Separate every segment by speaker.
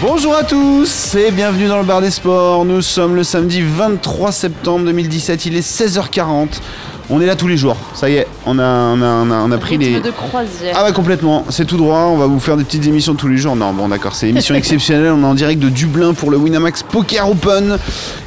Speaker 1: Bonjour à tous et bienvenue dans le bar des sports. Nous sommes le samedi 23 septembre 2017, il est 16h40. On est là tous les jours, ça y est, on a, on a, on a- on a pris les...
Speaker 2: de croisière.
Speaker 1: Ah bah complètement, c'est tout droit, on va vous faire des petites émissions tous les jours. Non bon d'accord, c'est émission exceptionnelle, on est en direct de Dublin pour le Winamax Poker Open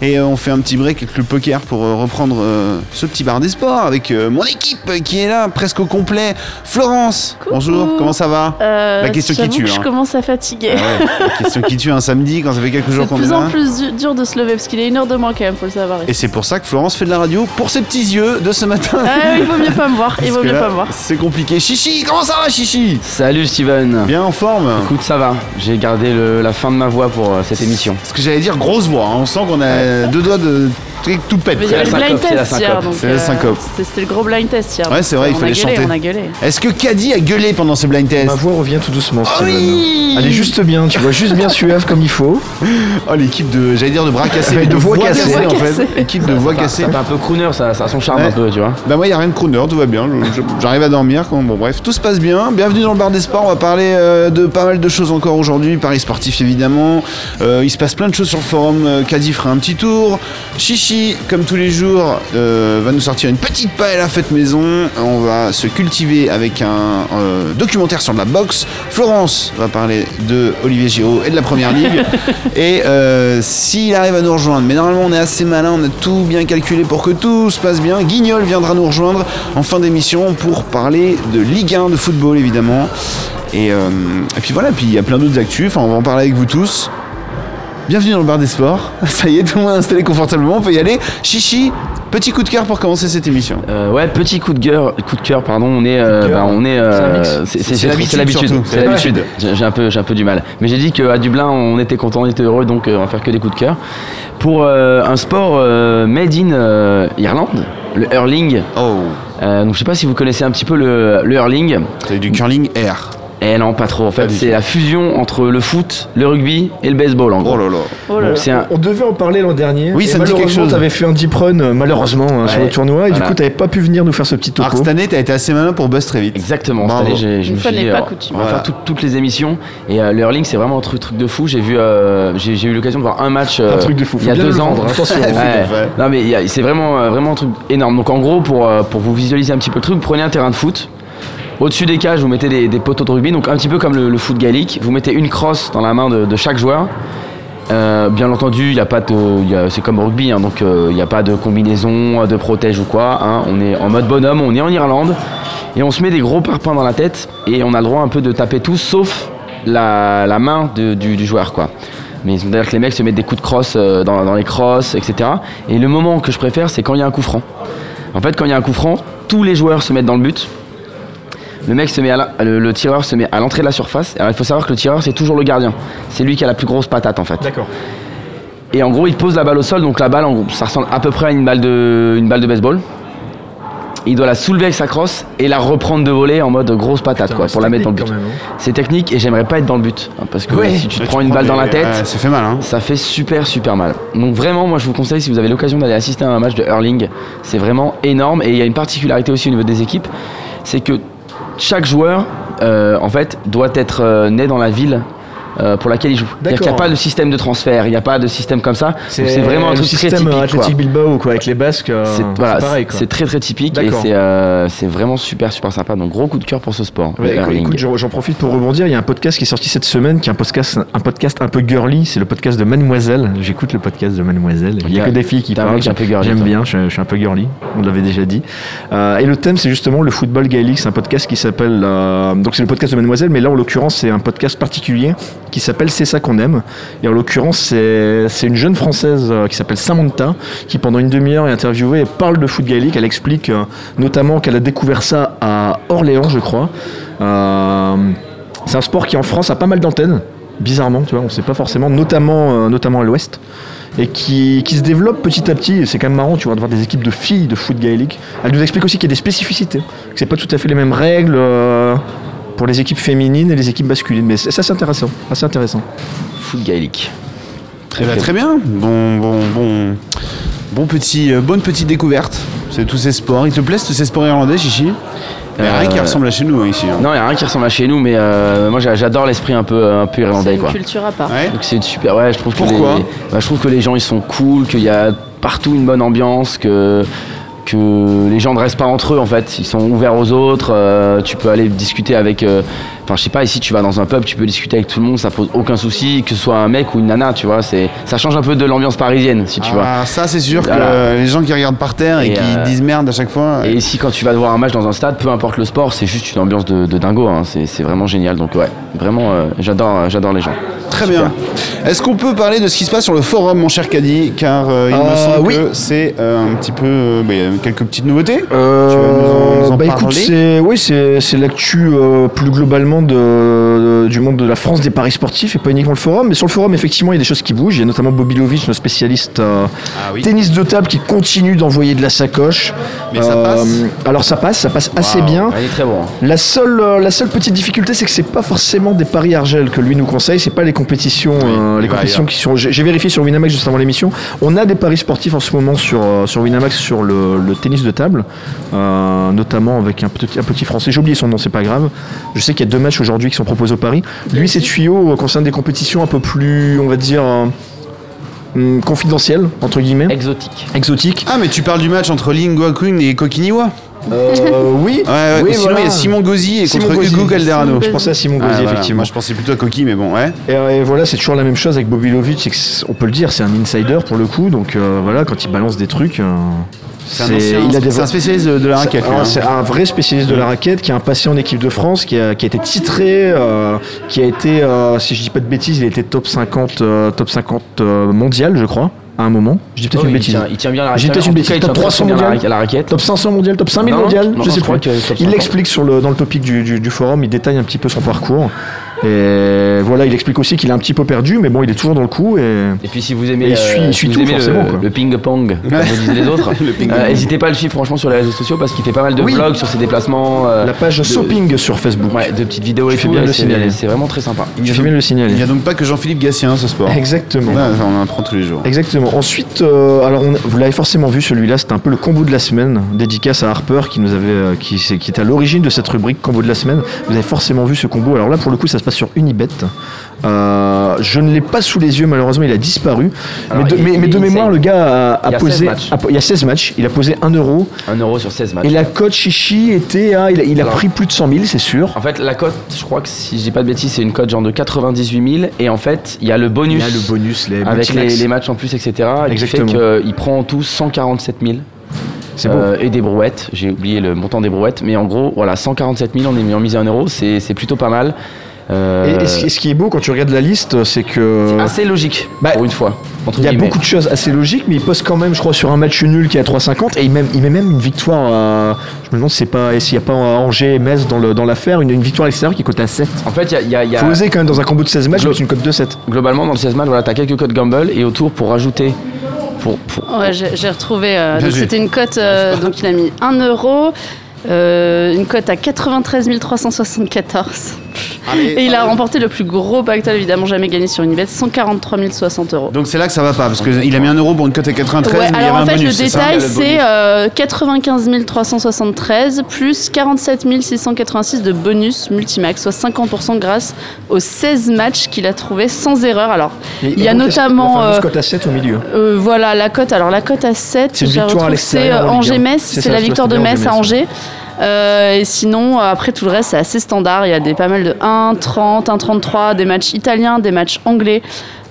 Speaker 1: et euh, on fait un petit break avec le poker pour euh, reprendre euh, ce petit bar des sports avec euh, mon équipe qui est là presque au complet. Florence,
Speaker 2: Coucou.
Speaker 1: bonjour, comment ça va
Speaker 2: Euh,
Speaker 1: La question qui
Speaker 2: j'avoue
Speaker 1: tue,
Speaker 2: que
Speaker 1: hein.
Speaker 2: Je commence à fatiguer.
Speaker 1: Ah ouais, la question qui tue un samedi quand ça fait quelques
Speaker 2: C'est
Speaker 1: jours
Speaker 2: de
Speaker 1: qu'on est
Speaker 2: plus en
Speaker 1: là.
Speaker 2: plus du- dur de se lever parce qu'il est une heure de moins quand même, faut le savoir.
Speaker 1: Et c'est pour ça que Florence fait de la radio pour ses petits yeux de ce matin.
Speaker 2: Ah, il vaut mieux pas me voir. Il
Speaker 1: Parce
Speaker 2: vaut
Speaker 1: que
Speaker 2: mieux
Speaker 1: là,
Speaker 2: pas me voir.
Speaker 1: C'est compliqué. Chichi, comment ça va, Chichi
Speaker 3: Salut Steven
Speaker 1: Bien en forme.
Speaker 3: Écoute, ça va, j'ai gardé le- la fin de ma voix pour euh, cette émission.
Speaker 1: Ce que j'allais dire, grosse voix. hein. On sent qu'on a deux doigts de truc tout pète.
Speaker 2: Mais il y
Speaker 3: la
Speaker 2: avait le blind
Speaker 3: syncope, c'est la
Speaker 2: test hier.
Speaker 3: syncope.
Speaker 2: donc,
Speaker 1: C'est la
Speaker 2: euh,
Speaker 1: syncope.
Speaker 2: c'était- C'était le gros blind test hier.
Speaker 1: Ouais,
Speaker 2: donc,
Speaker 1: c'est vrai, il
Speaker 2: on a
Speaker 1: fallait
Speaker 2: gueulé,
Speaker 1: chanter.
Speaker 2: On a gueulé.
Speaker 1: Est-ce que Caddy a gueulé pendant ce blind test
Speaker 4: Ma voix revient tout doucement,
Speaker 1: Oh
Speaker 4: Steven.
Speaker 1: oui
Speaker 4: Elle est juste bien, tu vois, juste bien suave comme il faut.
Speaker 1: Oh, l'équipe de, j'allais dire de bras cassés,
Speaker 4: Mais
Speaker 1: mais
Speaker 4: de voix cassée.
Speaker 1: cassée, en
Speaker 2: Voix
Speaker 1: fait.
Speaker 2: cassée.
Speaker 1: Équipe de voix
Speaker 3: Enfin,
Speaker 1: cassée.
Speaker 3: Ça fait un peu crooner, ça, ça a son charme
Speaker 1: Ouais.
Speaker 3: un peu, tu vois.
Speaker 1: Bah moi y a rien de crooner, tout va bien, Je- je- j'arrive à dormir quand bon bref, tout se passe bien. Bienvenue dans le bar des sports, on va parler euh, de pas mal de choses encore aujourd'hui, paris sportif évidemment. Euh, il se passe plein de choses sur le forum, Euh, Caddy fera un petit tour. Chichi, comme tous les jours, euh, va nous sortir une petite paille à la fête maison. On va se cultiver avec un euh, documentaire sur de la boxe. Florence va parler de Olivier Giraud et de la première ligue. et euh, s'il arrive à nous rejoindre, mais normalement on est assez malin, on a tout bien calculé pour que tout se passe bien. Guignol viendra nous rejoindre en fin d'émission pour parler de Ligue 1 de football évidemment. Et, euh, et puis voilà, puis il y a plein d'autres actus, enfin on va en parler avec vous tous. Bienvenue dans le bar des sports. Ça y est, tout le monde est installé confortablement, on peut y aller. Chichi, petit coup de cœur pour commencer cette émission.
Speaker 3: Euh, ouais, petit coup de cœur, coup de cœur, pardon. On est, euh,
Speaker 4: Coup de cœur.
Speaker 3: bah, on est,
Speaker 4: C'est un
Speaker 3: euh,
Speaker 4: mix.
Speaker 3: c'est-
Speaker 1: C'est
Speaker 3: c'est c'est-
Speaker 1: l'habitude
Speaker 3: c'est l'habitude,
Speaker 1: surtout.
Speaker 3: c'est l'habitude. J'ai j'ai un peu, j'ai un peu du mal. Mais j'ai dit qu'à Dublin, on était content, on était heureux, donc euh, on va faire que des coups de cœur pour euh, un sport euh, made in euh, Irlande, le hurling.
Speaker 1: Oh,
Speaker 3: Euh, donc je sais pas si vous connaissez un petit peu le, le hurling.
Speaker 1: c'est du curling air.
Speaker 3: Eh non, pas trop. En
Speaker 1: Pas
Speaker 3: fait,
Speaker 1: du
Speaker 3: c'est
Speaker 1: tout.
Speaker 3: la fusion entre le foot, le rugby et le baseball, en gros.
Speaker 1: Oh là là.
Speaker 2: Oh là
Speaker 3: Donc,
Speaker 2: là.
Speaker 3: c'est un-
Speaker 4: On devait en parler l'an dernier.
Speaker 1: Oui,
Speaker 4: et
Speaker 1: ça me dit quelque
Speaker 4: malheureusement,
Speaker 1: chose.
Speaker 4: T'avais fait un deep run, euh, malheureusement, hein, sur
Speaker 3: Ouais.
Speaker 4: le tournoi, et du
Speaker 3: Voilà.
Speaker 4: coup, t'avais pas pu venir nous faire ce petit
Speaker 1: Alors que
Speaker 4: topo.
Speaker 1: cette année, t'as été assez malin pour buzz très vite.
Speaker 3: Exactement,
Speaker 1: Bravo.
Speaker 3: cette année, j'ai- je
Speaker 2: Une
Speaker 3: me
Speaker 2: fois
Speaker 3: suis dit,
Speaker 2: n'est pas
Speaker 3: euh,
Speaker 2: coutume.
Speaker 3: on va
Speaker 1: Voilà.
Speaker 3: faire tout- toutes les émissions et euh, le hurling c'est vraiment un truc, truc de fou. J'ai vu, euh, j'ai j'ai eu l'occasion de voir un match euh,
Speaker 4: Un truc de fou. Faut
Speaker 3: il y a
Speaker 4: bien
Speaker 3: deux
Speaker 4: le
Speaker 3: ans. hein.
Speaker 4: vendre, attention.
Speaker 3: Ouais.
Speaker 1: Ouais.
Speaker 3: Non mais il y a- c'est vraiment, euh, vraiment un truc énorme. Donc en gros, pour, euh, pour vous visualiser un petit peu le truc, prenez un terrain de foot. Au-dessus des cages, vous mettez des, des poteaux de rugby, donc un petit peu comme le, le foot gallique. Vous mettez une crosse dans la main de, de chaque joueur. Euh, bien entendu, il y a pas de, il y a- c'est comme au rugby, hein, donc euh, il n'y a pas de combinaison, de protège ou quoi. hein. on est en mode bonhomme, on est en Irlande et on se met des gros parpaings dans la tête et on a le droit un peu de taper tout sauf la, la main de- du, du joueur quoi. Mais c'est-à-dire que les mecs se mettent des coups de crosse euh, dans, dans les crosses, etc. Et le moment que je préfère, c'est quand il y a un coup franc. En fait, quand il y a un coup franc, tous les joueurs se mettent dans le but. Le mec se met à la- le, le tireur se met à l'entrée de la surface. Alors il faut savoir que le tireur c'est toujours le gardien. C'est lui qui a la plus grosse patate en fait.
Speaker 4: D'accord.
Speaker 3: Et en gros, il pose la balle au sol, donc la balle, en gros, ça ressemble à peu près à une balle de, une balle de baseball. Il doit la soulever avec sa crosse et la reprendre de volet en mode grosse patate, quoi, pour la mettre dans le but. C'est technique et j'aimerais pas être dans le but, hein, parce que
Speaker 4: Ouais.
Speaker 3: si tu te
Speaker 1: Ouais,
Speaker 3: prends une balle
Speaker 1: des-
Speaker 3: dans la tête,
Speaker 1: ouais, ça fait mal, hein.
Speaker 3: ça fait super super mal. Donc vraiment, moi je vous conseille si vous avez l'occasion d'aller assister à un match de hurling, c'est vraiment énorme. Et il y a une particularité aussi au niveau des équipes, c'est que chaque joueur, euh, en fait, doit être euh, né dans la ville. euh, pour laquelle il joue. Il n'y a
Speaker 4: D'accord.
Speaker 3: pas de système de transfert, il n'y a pas de système comme ça. Donc C'est vraiment un
Speaker 4: le
Speaker 3: truc très
Speaker 4: système
Speaker 3: typique.
Speaker 4: euh,
Speaker 3: quoi.
Speaker 4: Athletic Bilbao, quoi, avec les Basques. euh,
Speaker 3: C'est
Speaker 4: C'est
Speaker 3: voilà,
Speaker 4: pareil,
Speaker 3: c'est-
Speaker 4: quoi.
Speaker 3: c'est très très typique et
Speaker 4: D'accord.
Speaker 3: c'est euh, c'est vraiment super super sympa. Donc gros coup de cœur pour ce sport. le
Speaker 4: Ouais, écoute,
Speaker 3: hurling.
Speaker 4: écoute, j'en j'en profite pour rebondir. Il y a un podcast qui est sorti cette semaine, qui est un podcast un, podcast un peu girly. C'est le podcast de Mademoiselle. J'écoute le podcast de Mademoiselle. Il n'y
Speaker 3: T'as-
Speaker 4: a que des filles qui
Speaker 3: t'as un
Speaker 4: parlent.
Speaker 3: mec un peu girly,
Speaker 4: J'aime
Speaker 3: toi.
Speaker 4: bien, je, je suis un peu girly. On l'avait déjà dit. Euh, et le thème, c'est justement le football gaélique. C'est un podcast qui s'appelle. euh, donc, c'est le podcast de Mademoiselle, mais là, en l'occurrence, c'est un podcast particulier qui s'appelle C'est ça qu'on aime. Et en l'occurrence, c'est c'est une jeune française euh, qui s'appelle Samantha, qui pendant une demi-heure est interviewée et parle de foot gaélique. Elle explique euh, notamment qu'elle a découvert ça à Orléans, je crois. Euh, c'est un sport qui en France a pas mal d'antennes. bizarrement, tu vois, on ne sait pas forcément, notamment, euh, notamment à l'ouest, et qui, qui se développe petit à petit. Et c'est quand même marrant, tu vois, de voir des équipes de filles de foot gaélique. Elle nous explique aussi qu'il y a des spécificités, que c'est pas tout à fait les mêmes règles euh, pour les équipes féminines et les équipes masculines. Mais c'est- ça, c'est intéressant, assez intéressant.
Speaker 3: Foot gaélique.
Speaker 1: Eh ben, très bien. Bon, bon, bon. Bon petit, euh, bonne petite découverte. C'est tous ces sports. Ils te plaisent tous ces sports irlandais, Chichi Il n'y a
Speaker 3: Euh,
Speaker 1: rien qui ressemble à chez nous hein, ici. hein.
Speaker 3: Non, il y a rien qui ressemble à chez nous, mais euh, moi j'a- j'adore l'esprit un peu, euh, un peu
Speaker 2: C'est
Speaker 3: irlandais
Speaker 2: une
Speaker 3: quoi.
Speaker 2: culture à part.
Speaker 1: Ouais.
Speaker 3: Donc c'est une super. Ouais, je trouve que
Speaker 1: Pourquoi
Speaker 3: les, bah, je trouve que les gens ils sont cool, qu'il y a partout une bonne ambiance, que que les gens ne restent pas entre eux en fait, ils sont ouverts aux autres. euh, tu peux aller discuter avec. euh, Enfin, je sais pas. Ici, tu vas dans un pub, tu peux discuter avec tout le monde, ça pose aucun souci, que ce soit un mec ou une nana, tu vois. C'est ça change un peu de l'ambiance parisienne, si tu vois.
Speaker 1: Ah, ça, c'est sûr que
Speaker 3: Voilà.
Speaker 1: euh, les gens qui regardent par terre et,
Speaker 3: Et,
Speaker 1: qui
Speaker 3: euh,
Speaker 1: disent merde à chaque fois.
Speaker 3: Et ici, quand tu vas voir un match dans un stade, peu importe le sport, c'est juste une ambiance de, de dingo. hein. C'est c'est vraiment génial. Donc ouais, vraiment, euh, j'adore, euh, j'adore les gens.
Speaker 1: Très
Speaker 3: Super.
Speaker 1: bien. Est-ce qu'on peut parler de ce qui se passe sur le forum, mon cher Caddy Car euh, il me
Speaker 4: Euh,
Speaker 1: semble
Speaker 4: oui.
Speaker 1: que c'est euh, un petit peu. euh, bah, il y a quelques petites nouveautés.
Speaker 4: Euh,
Speaker 1: nous en- nous en
Speaker 4: bah écoute,
Speaker 1: parler
Speaker 4: c'est oui, c'est c'est l'actu euh, plus globalement de, de- du monde de la France des paris sportifs et pas uniquement le forum. Mais sur le forum, effectivement, il y a des choses qui bougent. Il y a notamment Bobilovic, notre spécialiste euh,
Speaker 1: Ah
Speaker 4: tennis de table, qui continue d'envoyer de la sacoche. Euh,
Speaker 1: Mais ça passe
Speaker 4: Alors ça passe, ça passe assez
Speaker 1: Waouh.
Speaker 4: bien.
Speaker 3: Il est très hein. bon.
Speaker 4: La seule, euh, la seule petite difficulté, c'est que c'est pas forcément des paris argel que lui nous conseille. C'est pas les compétitions, euh,
Speaker 1: il
Speaker 4: les
Speaker 1: va Bah,
Speaker 4: compétitions
Speaker 1: ailleurs.
Speaker 4: qui sont. J'ai j'ai vérifié sur Winamax juste avant l'émission. On a des paris sportifs en ce moment sur euh, sur Winamax sur le, le tennis de table, euh, notamment avec un petit, un petit français. J'ai oublié son nom, c'est pas grave. Je sais qu'il y a deux matchs aujourd'hui qui sont proposés au paris. Lui, ses tuyaux euh, concernent des compétitions un peu plus, on va dire. euh, hum, confidentielles entre guillemets
Speaker 3: Exotique.
Speaker 4: exotiques
Speaker 1: Ah, mais tu parles du match entre Lingua Queen et Kokiniwa
Speaker 4: Euh, oui,
Speaker 1: Ouais, ouais,
Speaker 4: oui
Speaker 1: sinon,
Speaker 4: voilà.
Speaker 1: il y a Simon Gauzy et
Speaker 4: Simon
Speaker 1: contre
Speaker 4: Gauzy.
Speaker 1: Hugo Calderano.
Speaker 4: je pensais à Simon
Speaker 1: Ah,
Speaker 4: Gauzy
Speaker 1: voilà.
Speaker 4: effectivement
Speaker 1: Moi, je pensais plutôt à Koki, mais bon, ouais.
Speaker 4: Et, euh, et voilà, c'est toujours la même chose avec Bobilovic. c'est que c'est- On peut le dire, c'est un insider pour le coup. Donc euh, voilà, quand il balance des trucs, euh,
Speaker 1: C'est un, ancien-
Speaker 4: il a des
Speaker 1: c'est un spécialiste de, de la raquette.
Speaker 4: c'est-
Speaker 1: lui,
Speaker 4: alors,
Speaker 1: hein.
Speaker 4: c'est un vrai spécialiste de la raquette qui a un passé en équipe de France, qui a, qui a été titré, euh, qui a été, euh, si je dis pas de bêtises, il était top 50, euh, top 50 euh, mondial, je crois, à un moment. Je dis
Speaker 3: Oh,
Speaker 4: peut-être une
Speaker 3: il
Speaker 4: bêtise.
Speaker 3: tient- Il tient bien la
Speaker 4: J'ai
Speaker 3: raquette.
Speaker 4: peut-être
Speaker 3: En
Speaker 4: une
Speaker 3: tout
Speaker 4: bêtise.
Speaker 3: cas, il tient
Speaker 4: Top 300
Speaker 3: très bien la
Speaker 4: mondial.
Speaker 3: raquette- la raquette.
Speaker 4: Top 500 mondial, top 5000
Speaker 3: Non,
Speaker 4: mondial,
Speaker 3: non, je
Speaker 4: je sais
Speaker 3: crois
Speaker 4: plus.
Speaker 3: que top 50.
Speaker 4: il l'explique sur le, dans le topic du, du- du forum, il détaille un petit peu son parcours. Et voilà, il explique aussi qu'il a un petit peu perdu, mais bon, il est toujours dans le coup. Et...
Speaker 3: Et puis si vous aimez, euh,
Speaker 4: Et il suit-
Speaker 3: si
Speaker 4: il suit
Speaker 3: vous
Speaker 4: tout,
Speaker 3: aimez
Speaker 4: forcément, quoi.
Speaker 3: le, le ping-pong, comme vous disent les autres,
Speaker 1: Le ping-pong.
Speaker 3: euh, n'hésitez pas à le suivre franchement sur les réseaux sociaux parce qu'il fait pas mal de
Speaker 4: Oui.
Speaker 3: vlogs sur ses déplacements, euh,
Speaker 4: La page
Speaker 3: de-
Speaker 4: shopping sur Facebook.
Speaker 3: ouais, de petites vidéos
Speaker 4: Je
Speaker 3: et
Speaker 4: fais
Speaker 3: tout.
Speaker 4: bien
Speaker 3: et
Speaker 4: de le
Speaker 3: c'est-
Speaker 4: signaler.
Speaker 3: C'est vraiment très sympa.
Speaker 4: Je fais bien de le signaler.
Speaker 1: Il n'y a donc pas que Jean-Philippe Gatien, ce sport.
Speaker 4: Exactement.
Speaker 1: Ouais, on en apprend tous les jours.
Speaker 4: Exactement. Ensuite, euh, alors on- vous l'avez forcément vu celui-là, c'était un peu le combo de la semaine, dédicace à Harper qui nous avait, euh, qui, c'est- qui était à l'origine de cette rubrique combo de la semaine. Vous avez forcément vu ce combo. Alors là, pour le coup, ça se passe sur Unibet. Euh, je ne l'ai pas sous les yeux, malheureusement, il a disparu.
Speaker 3: Alors,
Speaker 4: mais de,
Speaker 3: il-
Speaker 4: mais-
Speaker 3: il
Speaker 4: mais de
Speaker 3: est
Speaker 4: mémoire,
Speaker 3: insane.
Speaker 4: le gars a, a
Speaker 3: Il y a 16
Speaker 4: posé,
Speaker 3: matchs.
Speaker 4: a- il y a 16 matchs, il a posé 1 euro
Speaker 3: 1 euro sur 16 matchs.
Speaker 4: et la cote chichi était, à- il a, il a
Speaker 3: Alors.
Speaker 4: pris plus de 100 000, c'est sûr.
Speaker 3: En fait, la cote, je crois que si je dis pas de bêtises, c'est une cote genre de 98 000. Et en fait, il y a le bonus.
Speaker 4: bonus, les
Speaker 3: Avec les,
Speaker 4: multimax.
Speaker 3: les matchs en plus, etc.
Speaker 4: Exactement.
Speaker 3: Qui fait qu'il prend en tout 147 000.
Speaker 4: C'est beau.
Speaker 3: euh, et des brouettes. J'ai oublié le montant des brouettes. Mais en gros, voilà, 147 000, on est mis en mise à 1 euro. C'est c'est plutôt pas mal.
Speaker 4: Et,
Speaker 3: Euh,
Speaker 4: et ce, qui- ce qui est beau quand tu regardes la liste, c'est que.
Speaker 3: c'est assez logique,
Speaker 4: bah,
Speaker 3: pour une fois. Entre
Speaker 4: Il y a
Speaker 3: guillemets.
Speaker 4: beaucoup de choses assez logiques, mais il poste quand même, je crois, sur un match nul qui est à 3,50 et il, met- il met même une victoire à. Je me demande si c'est pas- s'il n'y a pas un Angers et Metz dans le- dans l'affaire, une, une victoire à l'extérieur qui cote à 7.
Speaker 3: En fait, il y a- il y a, il y a-
Speaker 4: Faut oser quand même dans un combo de 16 matchs,
Speaker 3: Glo-
Speaker 4: mais c'est une cote de 7.
Speaker 3: globalement dans le 16 match, voilà, t'as quelques codes gamble et autour pour rajouter. Pour, pour-
Speaker 5: Ouais, j'ai j'ai retrouvé. euh,
Speaker 1: Bien
Speaker 5: donc
Speaker 1: joué.
Speaker 5: c'était une cote, euh, donc il a mis 1 euro, euh, une cote à 93 374. Et
Speaker 1: Ah
Speaker 5: il a remporté le plus gros pactole évidemment jamais gagné sur Unibet, 143 060 euros.
Speaker 1: Donc c'est là que ça va pas, parce qu'il a mis un euro pour une cote à 93,
Speaker 5: Ouais,
Speaker 1: mais il y
Speaker 5: alors
Speaker 1: avait
Speaker 5: en
Speaker 1: un
Speaker 5: fait
Speaker 1: bonus.
Speaker 5: le
Speaker 1: c'est ça
Speaker 5: détail
Speaker 3: Il y a le
Speaker 5: c'est euh, 95 373 plus 47 686 de bonus multimax, soit 50% grâce aux 16 matchs qu'il a trouvé sans erreur. Alors Il y a notamment,
Speaker 4: La fameuse
Speaker 5: euh,
Speaker 4: cote à 7 au milieu.
Speaker 5: Euh, voilà la cote. Alors la cote à 7,
Speaker 4: C'est une
Speaker 5: je
Speaker 4: victoire
Speaker 5: la retrouve,
Speaker 4: à
Speaker 5: c'est euh,
Speaker 4: l'extérieur en Ligue un.
Speaker 5: Angers-Metz,
Speaker 4: C'est
Speaker 5: c'est
Speaker 4: ça,
Speaker 5: la
Speaker 4: je
Speaker 5: victoire de
Speaker 4: dois te
Speaker 5: Metz
Speaker 4: dire,
Speaker 5: à
Speaker 4: Angers-Metz.
Speaker 5: Angers. Euh, et sinon, euh, après tout le reste, c'est assez standard. Il y a des pas mal de 1, 30, 1, 33, des matchs italiens, des matchs anglais.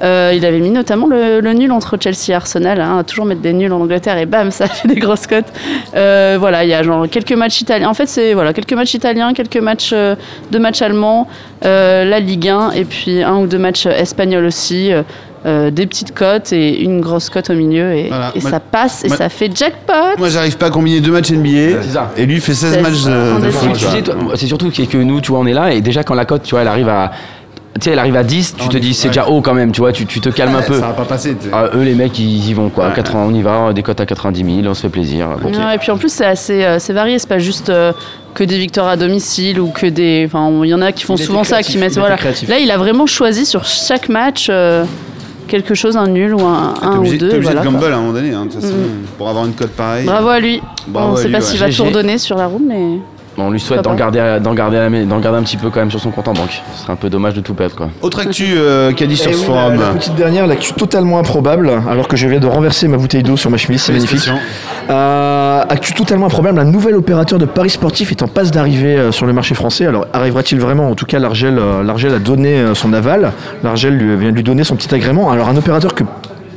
Speaker 5: Euh, il avait mis notamment le, le nul entre Chelsea et Arsenal. Hein, à toujours mettre des nuls en Angleterre et bam, ça fait des grosses cotes. Euh, voilà, il y a genre quelques matchs italiens. En fait, c'est voilà quelques matchs italiens, quelques matchs euh, deux matchs allemands, euh, la Ligue 1 et puis un ou deux matchs euh, espagnols aussi. euh, euh, des petites cotes et une grosse cote au milieu et,
Speaker 1: Voilà.
Speaker 5: et
Speaker 1: Moi-
Speaker 5: ça passe et
Speaker 1: moi-
Speaker 5: ça fait jackpot.
Speaker 1: Moi, j'arrive pas à combiner deux matchs NBA,
Speaker 3: C'est ça.
Speaker 1: et lui, il fait 16
Speaker 5: 16
Speaker 1: matchs euh,
Speaker 5: en
Speaker 1: de
Speaker 5: décembre.
Speaker 1: foot.
Speaker 3: Tu sais, toi, C'est surtout que que nous, tu vois, on est là et déjà quand la cote, tu vois, elle arrive à sais, elle arrive à 10,
Speaker 4: Oh,
Speaker 3: tu
Speaker 1: Ah,
Speaker 3: te
Speaker 1: on est-
Speaker 3: dis c'est
Speaker 1: ouais.
Speaker 3: déjà haut quand même, tu vois, tu, tu te calmes un peu.
Speaker 1: Ça va pas passer. tu sais.
Speaker 3: Ah, eux, les mecs, ils y vont quoi.
Speaker 1: Ouais.
Speaker 3: 80, on y va, des cotes à 90 000, on se fait plaisir. Bon.
Speaker 5: Ouais, et puis en plus, c'est assez euh, c'est varié. C'est pas juste euh, que des victoires à domicile ou que des. Enfin, on- il y en a qui font
Speaker 6: Il était
Speaker 5: souvent ça,
Speaker 6: créatif,
Speaker 5: qui mettent.
Speaker 6: il était
Speaker 5: Voilà.
Speaker 6: créatif.
Speaker 5: Là, il a vraiment choisi sur chaque match euh, quelque chose, un nul ou un,
Speaker 1: Ah, T'es
Speaker 5: un ou
Speaker 1: obligé, t'es
Speaker 5: deux.
Speaker 1: obligé
Speaker 5: voilà,
Speaker 1: de
Speaker 5: quoi. Mm.
Speaker 1: gamble à un moment donné, hein, de toute façon, pour avoir une cote pareille.
Speaker 5: Bravo à lui.
Speaker 1: Bravo
Speaker 5: on
Speaker 1: à
Speaker 5: sait
Speaker 1: lui,
Speaker 5: pas
Speaker 1: ouais.
Speaker 5: s'il va
Speaker 3: GG.
Speaker 5: tout redonner sur la roue, mais.
Speaker 3: On lui
Speaker 5: Pourquoi
Speaker 3: souhaite d'en
Speaker 5: pas
Speaker 3: garder, à- d'en garder, à la main- d'en garder un petit peu quand même sur son compte en banque. Ce serait un peu dommage de tout perdre quoi.
Speaker 1: Autre actu euh, qu'a dit sur
Speaker 4: Eh
Speaker 1: ce
Speaker 4: oui,
Speaker 1: forum.
Speaker 4: la, la petite dernière, l'actu totalement improbable, alors que je viens de renverser ma bouteille d'eau sur ma chemise, c'est magnifique.
Speaker 1: Félicitations.
Speaker 4: Euh, actu totalement improbable, un nouvel opérateur de paris sportif est en passe d'arriver euh, sur le marché français. Alors arrivera-t-il vraiment En tout cas, l'Argel, euh, l'Argel a donné euh, son aval. L'Argel lui, vient de lui donner son petit agrément. Alors un opérateur que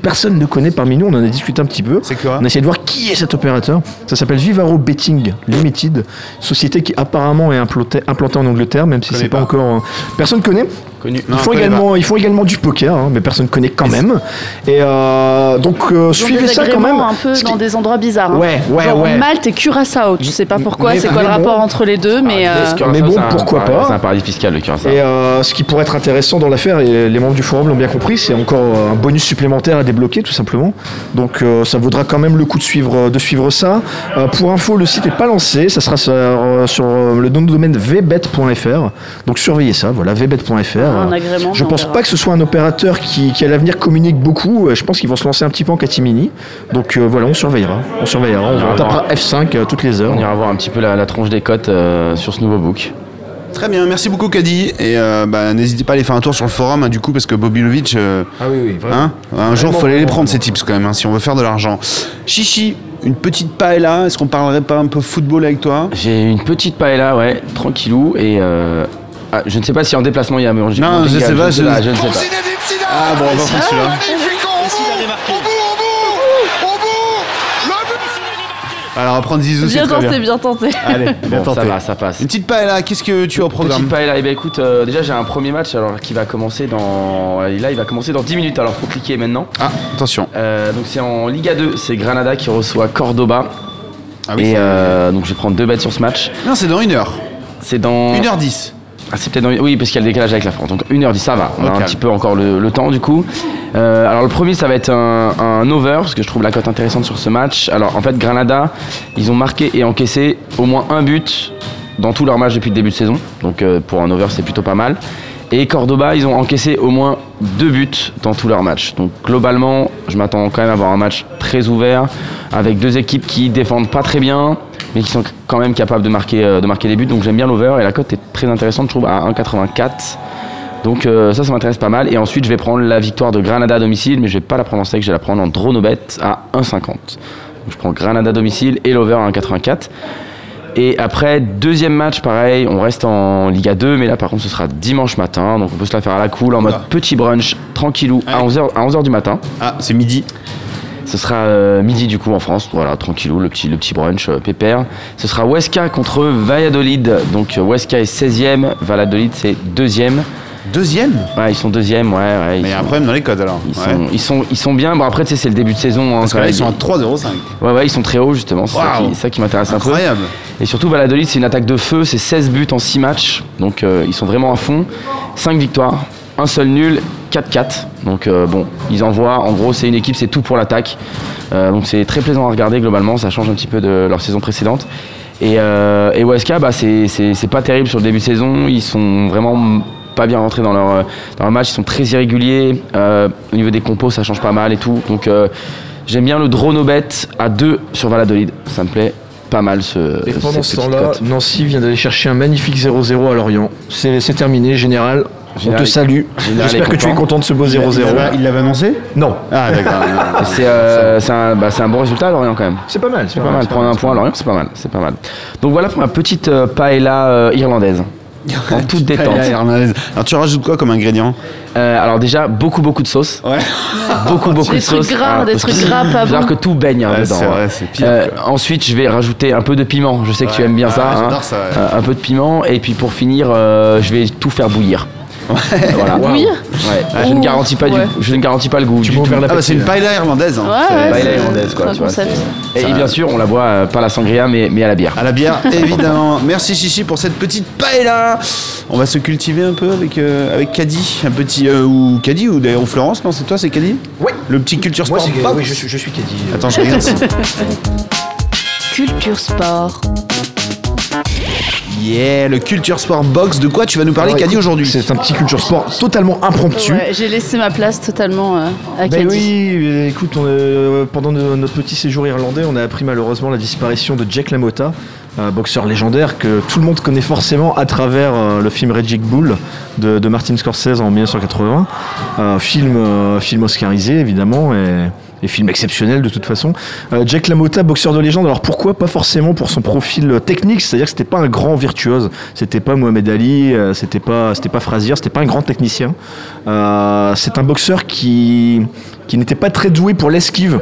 Speaker 4: personne ne connaît parmi nous, on en a discuté un petit peu.
Speaker 1: C'est quoi
Speaker 4: On a essayé de voir qui est cet opérateur. Ça s'appelle Vivaro Betting Limited, société qui apparemment est implantée, implantée en Angleterre, même si
Speaker 1: Connais
Speaker 4: c'est pas,
Speaker 1: pas.
Speaker 4: encore. euh, Personne connaît.
Speaker 3: Connu.
Speaker 4: Ils
Speaker 1: Non,
Speaker 4: font,
Speaker 1: on connaît
Speaker 4: également, ils font également du poker, hein, mais personne connaît quand même. Et euh, donc euh,
Speaker 5: Ils ont
Speaker 4: suivez
Speaker 5: des
Speaker 4: ça quand même.
Speaker 5: agréments un peu
Speaker 4: Ce qui-
Speaker 5: dans des endroits bizarres. hein.
Speaker 4: Ouais, ouais,
Speaker 5: Genre
Speaker 4: ouais.
Speaker 5: Malte et Curaçao. Tu sais pas pourquoi,
Speaker 4: mais-
Speaker 5: c'est quoi le
Speaker 4: mais bon.
Speaker 5: rapport entre les deux, mais.
Speaker 3: Ah,
Speaker 5: euh,
Speaker 3: le Curaçao,
Speaker 4: mais bon,
Speaker 3: c'est un
Speaker 4: pourquoi
Speaker 3: paradis-
Speaker 4: pas
Speaker 3: C'est un paradis fiscal le Curaçao.
Speaker 4: Et euh, ce qui pourrait être intéressant dans l'affaire, et les membres du forum l'ont bien compris, c'est encore euh, un bonus supplémentaire à débloquer tout simplement. Donc euh, ça vaudra quand même le coup de suivre, de suivre ça. Euh, pour info, le site est pas lancé, ça sera sur, euh, sur, euh, le nom de domaine vbet.fr. Donc surveillez ça, voilà, vbet.fr.
Speaker 5: Ah, Un agrément,
Speaker 4: Euh, Je
Speaker 5: on
Speaker 4: pense
Speaker 5: verra.
Speaker 4: pas que ce soit un opérateur qui, qui à l'avenir communique beaucoup. Euh, Je pense qu'ils vont se lancer un petit peu en catimini. Donc euh, voilà, on surveillera. On surveillera. On,
Speaker 3: Ah,
Speaker 4: on tapera F5 euh, toutes les heures.
Speaker 3: On ira voir un petit peu la, la tronche des cotes euh, sur ce nouveau book.
Speaker 1: Très bien, merci beaucoup Caddy. Et euh, bah, n'hésitez pas à aller faire un tour sur le forum, hein, du coup, parce que Bobilovic, euh,
Speaker 4: Ah oui, oui,
Speaker 1: hein, un jour,
Speaker 4: Vraiment,
Speaker 1: faut aller les
Speaker 4: vraiment,
Speaker 1: prendre ces tips quand même, hein, si on veut faire de l'argent. Chichi, une petite paella, est-ce qu'on parlerait pas un peu football avec toi
Speaker 3: J'ai une petite paella, ouais, tranquillou et. euh, ah, je ne sais pas si en déplacement il y a un mélange.
Speaker 1: Non, je sais pas,
Speaker 3: Je,
Speaker 1: je-
Speaker 3: je ne sais pas.
Speaker 1: Ah bon, on va prendre celui-là. Alors, on va prendre Zizou, c'est
Speaker 5: Bien
Speaker 1: très bien.
Speaker 5: tenté, bien tenté.
Speaker 1: Allez, bien
Speaker 3: Bon, ça
Speaker 1: tenté.
Speaker 3: va, ça passe.
Speaker 1: Une petite paella, qu'est-ce que tu as au
Speaker 3: Petite
Speaker 1: programme
Speaker 3: paella. Eh ben, écoute, euh, déjà j'ai un premier match alors qui va commencer dans. et Là il va commencer dans 10 minutes alors faut cliquer maintenant.
Speaker 1: Ah, attention.
Speaker 3: Euh, donc c'est en Liga 2, c'est Granada qui reçoit Cordoba.
Speaker 1: Ah oui,
Speaker 3: et
Speaker 1: c'est-
Speaker 3: euh, donc je vais prendre deux bêtes sur ce match.
Speaker 1: Non, c'est dans une heure.
Speaker 3: C'est dans.
Speaker 1: 1h10.
Speaker 3: Ah, c'est peut-être dans... Oui, parce qu'il y a le décalage avec la France. Donc 1h10, ça va. On
Speaker 1: Au
Speaker 3: a un
Speaker 1: calme.
Speaker 3: petit peu encore le, le temps du coup. Euh, alors le premier, ça va être un, un over, parce que je trouve la cote intéressante sur ce match. Alors en fait, Granada, ils ont marqué et encaissé au moins un but dans tous leurs matchs depuis le début de saison. Donc euh, pour un over, c'est plutôt pas mal. Et Cordoba, ils ont encaissé au moins deux buts dans tous leurs matchs. Donc globalement, je m'attends quand même à avoir un match très ouvert, avec deux équipes qui défendent pas très bien, mais qui sont quand même capables de marquer, euh, de marquer des buts. Donc j'aime bien l'over et la cote est très intéressante, je trouve, à 1,84. Donc euh, ça, ça m'intéresse pas mal. Et ensuite, je vais prendre la victoire de Granada à domicile, mais je vais pas la prendre en sec, je vais la prendre en drone au bet à 1,50. Donc je prends Granada à domicile et l'over à 1,84. Et après, deuxième match, pareil, on reste en Liga 2, mais là par contre ce sera dimanche matin, donc on peut se la faire à la cool, en mode
Speaker 1: Oula.
Speaker 3: petit brunch, tranquillou, à 11h, à 11h du matin.
Speaker 1: Ah, c'est midi.
Speaker 3: Ce sera euh, midi du coup en France, voilà, tranquillou, le petit, le petit brunch, euh, pépère. Ce sera Huesca contre Valladolid, donc euh, Huesca est 16ème, Valladolid c'est 2ème.
Speaker 1: Deuxième
Speaker 3: Ouais, ils sont 2ème, ouais, ouais. Ils
Speaker 1: Mais il y a
Speaker 3: sont...
Speaker 1: un problème dans les codes alors.
Speaker 3: Ils sont,
Speaker 1: Ouais.
Speaker 3: ils, sont, ils sont bien, bon après tu sais c'est le début de saison. hein,
Speaker 1: Parce que
Speaker 3: quand
Speaker 1: là,
Speaker 3: même.
Speaker 1: ils sont à 3,05.
Speaker 3: Ouais ouais ils sont très hauts justement, Ah, c'est ça
Speaker 1: Waouh.
Speaker 3: qui- ça qui m'intéresse un peu.
Speaker 1: Incroyable.
Speaker 3: Et surtout, Valladolid, c'est une attaque de feu, c'est 16 buts en 6 matchs, donc euh, ils sont vraiment à fond. 5 victoires, un seul nul, 4-4. Donc euh, bon, ils envoient, en gros, c'est une équipe, c'est tout pour l'attaque. Euh, donc c'est très plaisant à regarder globalement, ça change un petit peu de leur saison précédente. Et, euh, et OSK, bah, c'est- c'est c'est pas terrible sur le début de saison, ils sont vraiment pas bien rentrés dans leur, euh, dans leur match, ils sont très irréguliers, Euh, au niveau des compos ça change pas mal et tout, donc euh, j'aime bien le drone au bet à 2 sur Valladolid, ça me plaît pas mal ce,
Speaker 1: Euh,
Speaker 4: Et pendant
Speaker 3: cette
Speaker 4: ce
Speaker 3: petite
Speaker 4: temps-là,
Speaker 3: cote.
Speaker 4: Nancy vient d'aller chercher un magnifique 0-0 à Lorient. C'est c'est terminé, général. On
Speaker 3: Général
Speaker 4: te
Speaker 3: est-
Speaker 4: salue.
Speaker 3: Général est
Speaker 4: J'espère que tu es
Speaker 3: content.
Speaker 4: content de ce beau 0-0.
Speaker 1: Il l'avait annoncé
Speaker 4: Non,
Speaker 1: Ah, d'accord.
Speaker 3: C'est euh, c'est un, bah, c'est un bon résultat à Lorient quand même.
Speaker 4: c'est pas mal.
Speaker 3: C'est pas mal, prendre un point à Lorient, c'est pas mal, c'est pas mal. Donc voilà pour ma petite euh, paella euh, irlandaise. En toute détente.
Speaker 1: Paella irlandaise. Alors, tu rajoutes quoi comme ingrédient Ah,
Speaker 3: Euh, alors déjà beaucoup beaucoup de sauce,
Speaker 1: Ouais.
Speaker 3: beaucoup beaucoup
Speaker 5: Des
Speaker 3: de
Speaker 5: trucs
Speaker 3: sauce.
Speaker 5: gras,
Speaker 3: Alors,
Speaker 5: des
Speaker 3: parce que
Speaker 5: trucs
Speaker 3: c'est-
Speaker 5: gras, pas
Speaker 3: faut savoir
Speaker 5: bons.
Speaker 3: que tout baigne hein,
Speaker 1: Ouais,
Speaker 3: dedans.
Speaker 1: c'est vrai,
Speaker 3: ouais.
Speaker 1: c'est pire, quoi.
Speaker 3: ensuite, je vais rajouter un peu de piment. Je sais que tu aimes bien
Speaker 1: Ah,
Speaker 3: ça. hein.
Speaker 1: j'adore ça, ouais.
Speaker 3: Euh, un peu de piment et puis pour finir, euh, je vais tout faire bouillir. Voilà.
Speaker 2: Oui.
Speaker 3: Ouais. Je ne garantis pas
Speaker 2: Ouais.
Speaker 3: du, je ne garantis pas le goût
Speaker 6: Tu
Speaker 3: du
Speaker 6: m'as
Speaker 3: tout.
Speaker 6: ouvert la
Speaker 1: Ah bah c'est une
Speaker 6: pastille.
Speaker 1: paella irlandaise. hein.
Speaker 2: Ouais, ouais,
Speaker 3: Paella
Speaker 2: c'est-
Speaker 3: Ah, irlandaise, quoi,
Speaker 2: c'est un
Speaker 3: tu vois,
Speaker 2: concept.
Speaker 3: Et, et bien sûr, on la boit euh, pas à la sangria, mais, mais à la bière.
Speaker 1: À la bière, évidemment. Merci Chichi pour cette petite paella. On va se cultiver un peu avec euh, avec Caddy, un petit euh, ou Caddy ou d'ailleurs ou Florence. Non, c'est toi, c'est Caddy.
Speaker 6: Ouais.
Speaker 1: Le petit culture
Speaker 6: Moi,
Speaker 1: sport.
Speaker 6: c'est-
Speaker 1: pop.
Speaker 6: oui, je suis, je suis Caddy.
Speaker 1: Attends, je regarde.
Speaker 7: Culture Sport.
Speaker 1: yeah, le culture sport box. De quoi tu vas nous
Speaker 6: Ah
Speaker 1: parler,
Speaker 4: Alors,
Speaker 1: Caddy
Speaker 4: écoute,
Speaker 1: aujourd'hui
Speaker 4: C'est un petit culture sport totalement impromptu.
Speaker 5: Ouais, j'ai laissé ma place totalement euh, à
Speaker 4: Ben
Speaker 5: Caddy.
Speaker 4: oui, euh, écoute, on, euh, pendant no- notre petit séjour irlandais, on a appris malheureusement la disparition de Jack LaMotta, un boxeur légendaire que tout le monde connaît forcément à travers euh, le film Raging Bull de, de Martin Scorsese en 1980. Euh, film, euh, film oscarisé évidemment et, et film exceptionnel de toute façon. Euh, Jack LaMotta, boxeur de légende, alors pourquoi Pas forcément pour son profil euh, technique, c'est-à-dire que c'était pas un grand virtuose, c'était pas Mohamed Ali, euh, c'était pas, c'était pas Frazier, c'était pas un grand technicien. Euh, c'est un boxeur qui, qui n'était pas très doué pour l'esquive.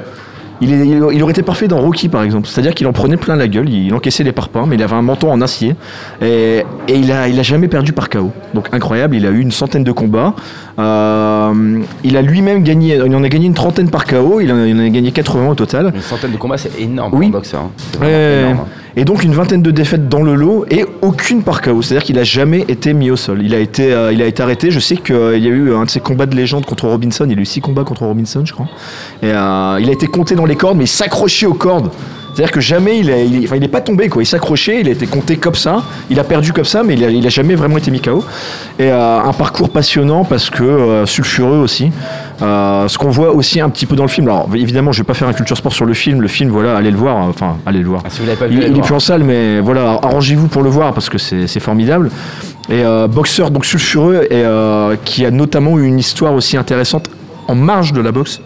Speaker 4: Il, est- il- il aurait été parfait dans Rocky par exemple, c'est-à-dire qu'il en prenait plein la gueule, il, il encaissait les parpaings, mais il avait un menton en acier et, et il, a, il a jamais perdu par KO. Donc incroyable, il a eu une centaine de combats. Euh, il a lui-même gagné, il en a gagné une trentaine par KO, il en a, il en a gagné 80 au total.
Speaker 3: Une centaine de combats, c'est énorme
Speaker 4: Oui.
Speaker 3: pour un boxeur. hein. C'est
Speaker 4: Ouais,
Speaker 3: vraiment
Speaker 4: ouais,
Speaker 3: énorme.
Speaker 4: ouais. Et donc une vingtaine de défaites dans le lot et aucune par KO. C'est-à-dire qu'il a jamais été mis au sol. Il a été, euh, il a été arrêté. Je sais qu'il y a eu euh, un de ses combats de légende contre Robinson. Il a eu six combats contre Robinson, je crois. Et euh, il a été compté dans les cordes, mais il s'accrochait aux cordes. C'est-à-dire que jamais il, a, il, enfin, il est pas tombé quoi. Il s'accrochait, il a été compté comme ça. Il a perdu comme ça, mais il a, il a jamais vraiment été mis KO. Et euh, un parcours passionnant parce que euh, sulfureux aussi. Euh, ce qu'on voit aussi un petit peu dans le film. Alors évidemment, je vais pas faire un culture sport sur le film. Le film, voilà, allez le voir. hein. Enfin, allez le voir.
Speaker 3: Ah, si vous l'avez pas vu,
Speaker 4: Il,
Speaker 3: allez
Speaker 4: il est
Speaker 3: voir.
Speaker 4: plus en salle, mais voilà, arrangez-vous pour le voir parce que c'est c'est formidable. Et euh, boxeur donc sulfureux et euh, qui a notamment eu une histoire aussi intéressante en marge de la boxe.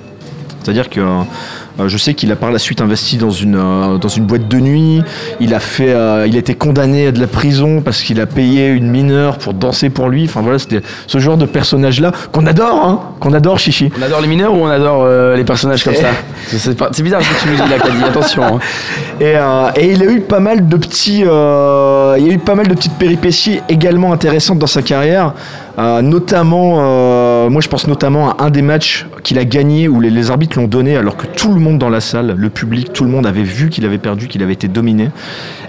Speaker 4: C'est-à-dire que euh, je sais qu'il a par la suite investi dans une, euh, dans une boîte de nuit. Il a, fait, euh, il a été condamné à de la prison parce qu'il a payé une mineure pour danser pour lui. Enfin voilà, c'était ce genre de personnage-là qu'on adore, hein, qu'on adore, Chichi.
Speaker 3: On adore les mineurs ou on adore euh, les personnages comme ça C'est- C'est pas- c'est bizarre ce que tu nous dis là, Caddy, attention. hein.
Speaker 4: Et, euh, et il a eu pas mal de petits, euh, il y a eu pas mal de petites péripéties également intéressantes dans sa carrière. Euh, notamment, euh, moi je pense notamment à un des matchs qu'il a gagné où les, les arbitres l'ont donné alors que tout le monde dans la salle, le public, tout le monde avait vu qu'il avait perdu, qu'il avait été dominé.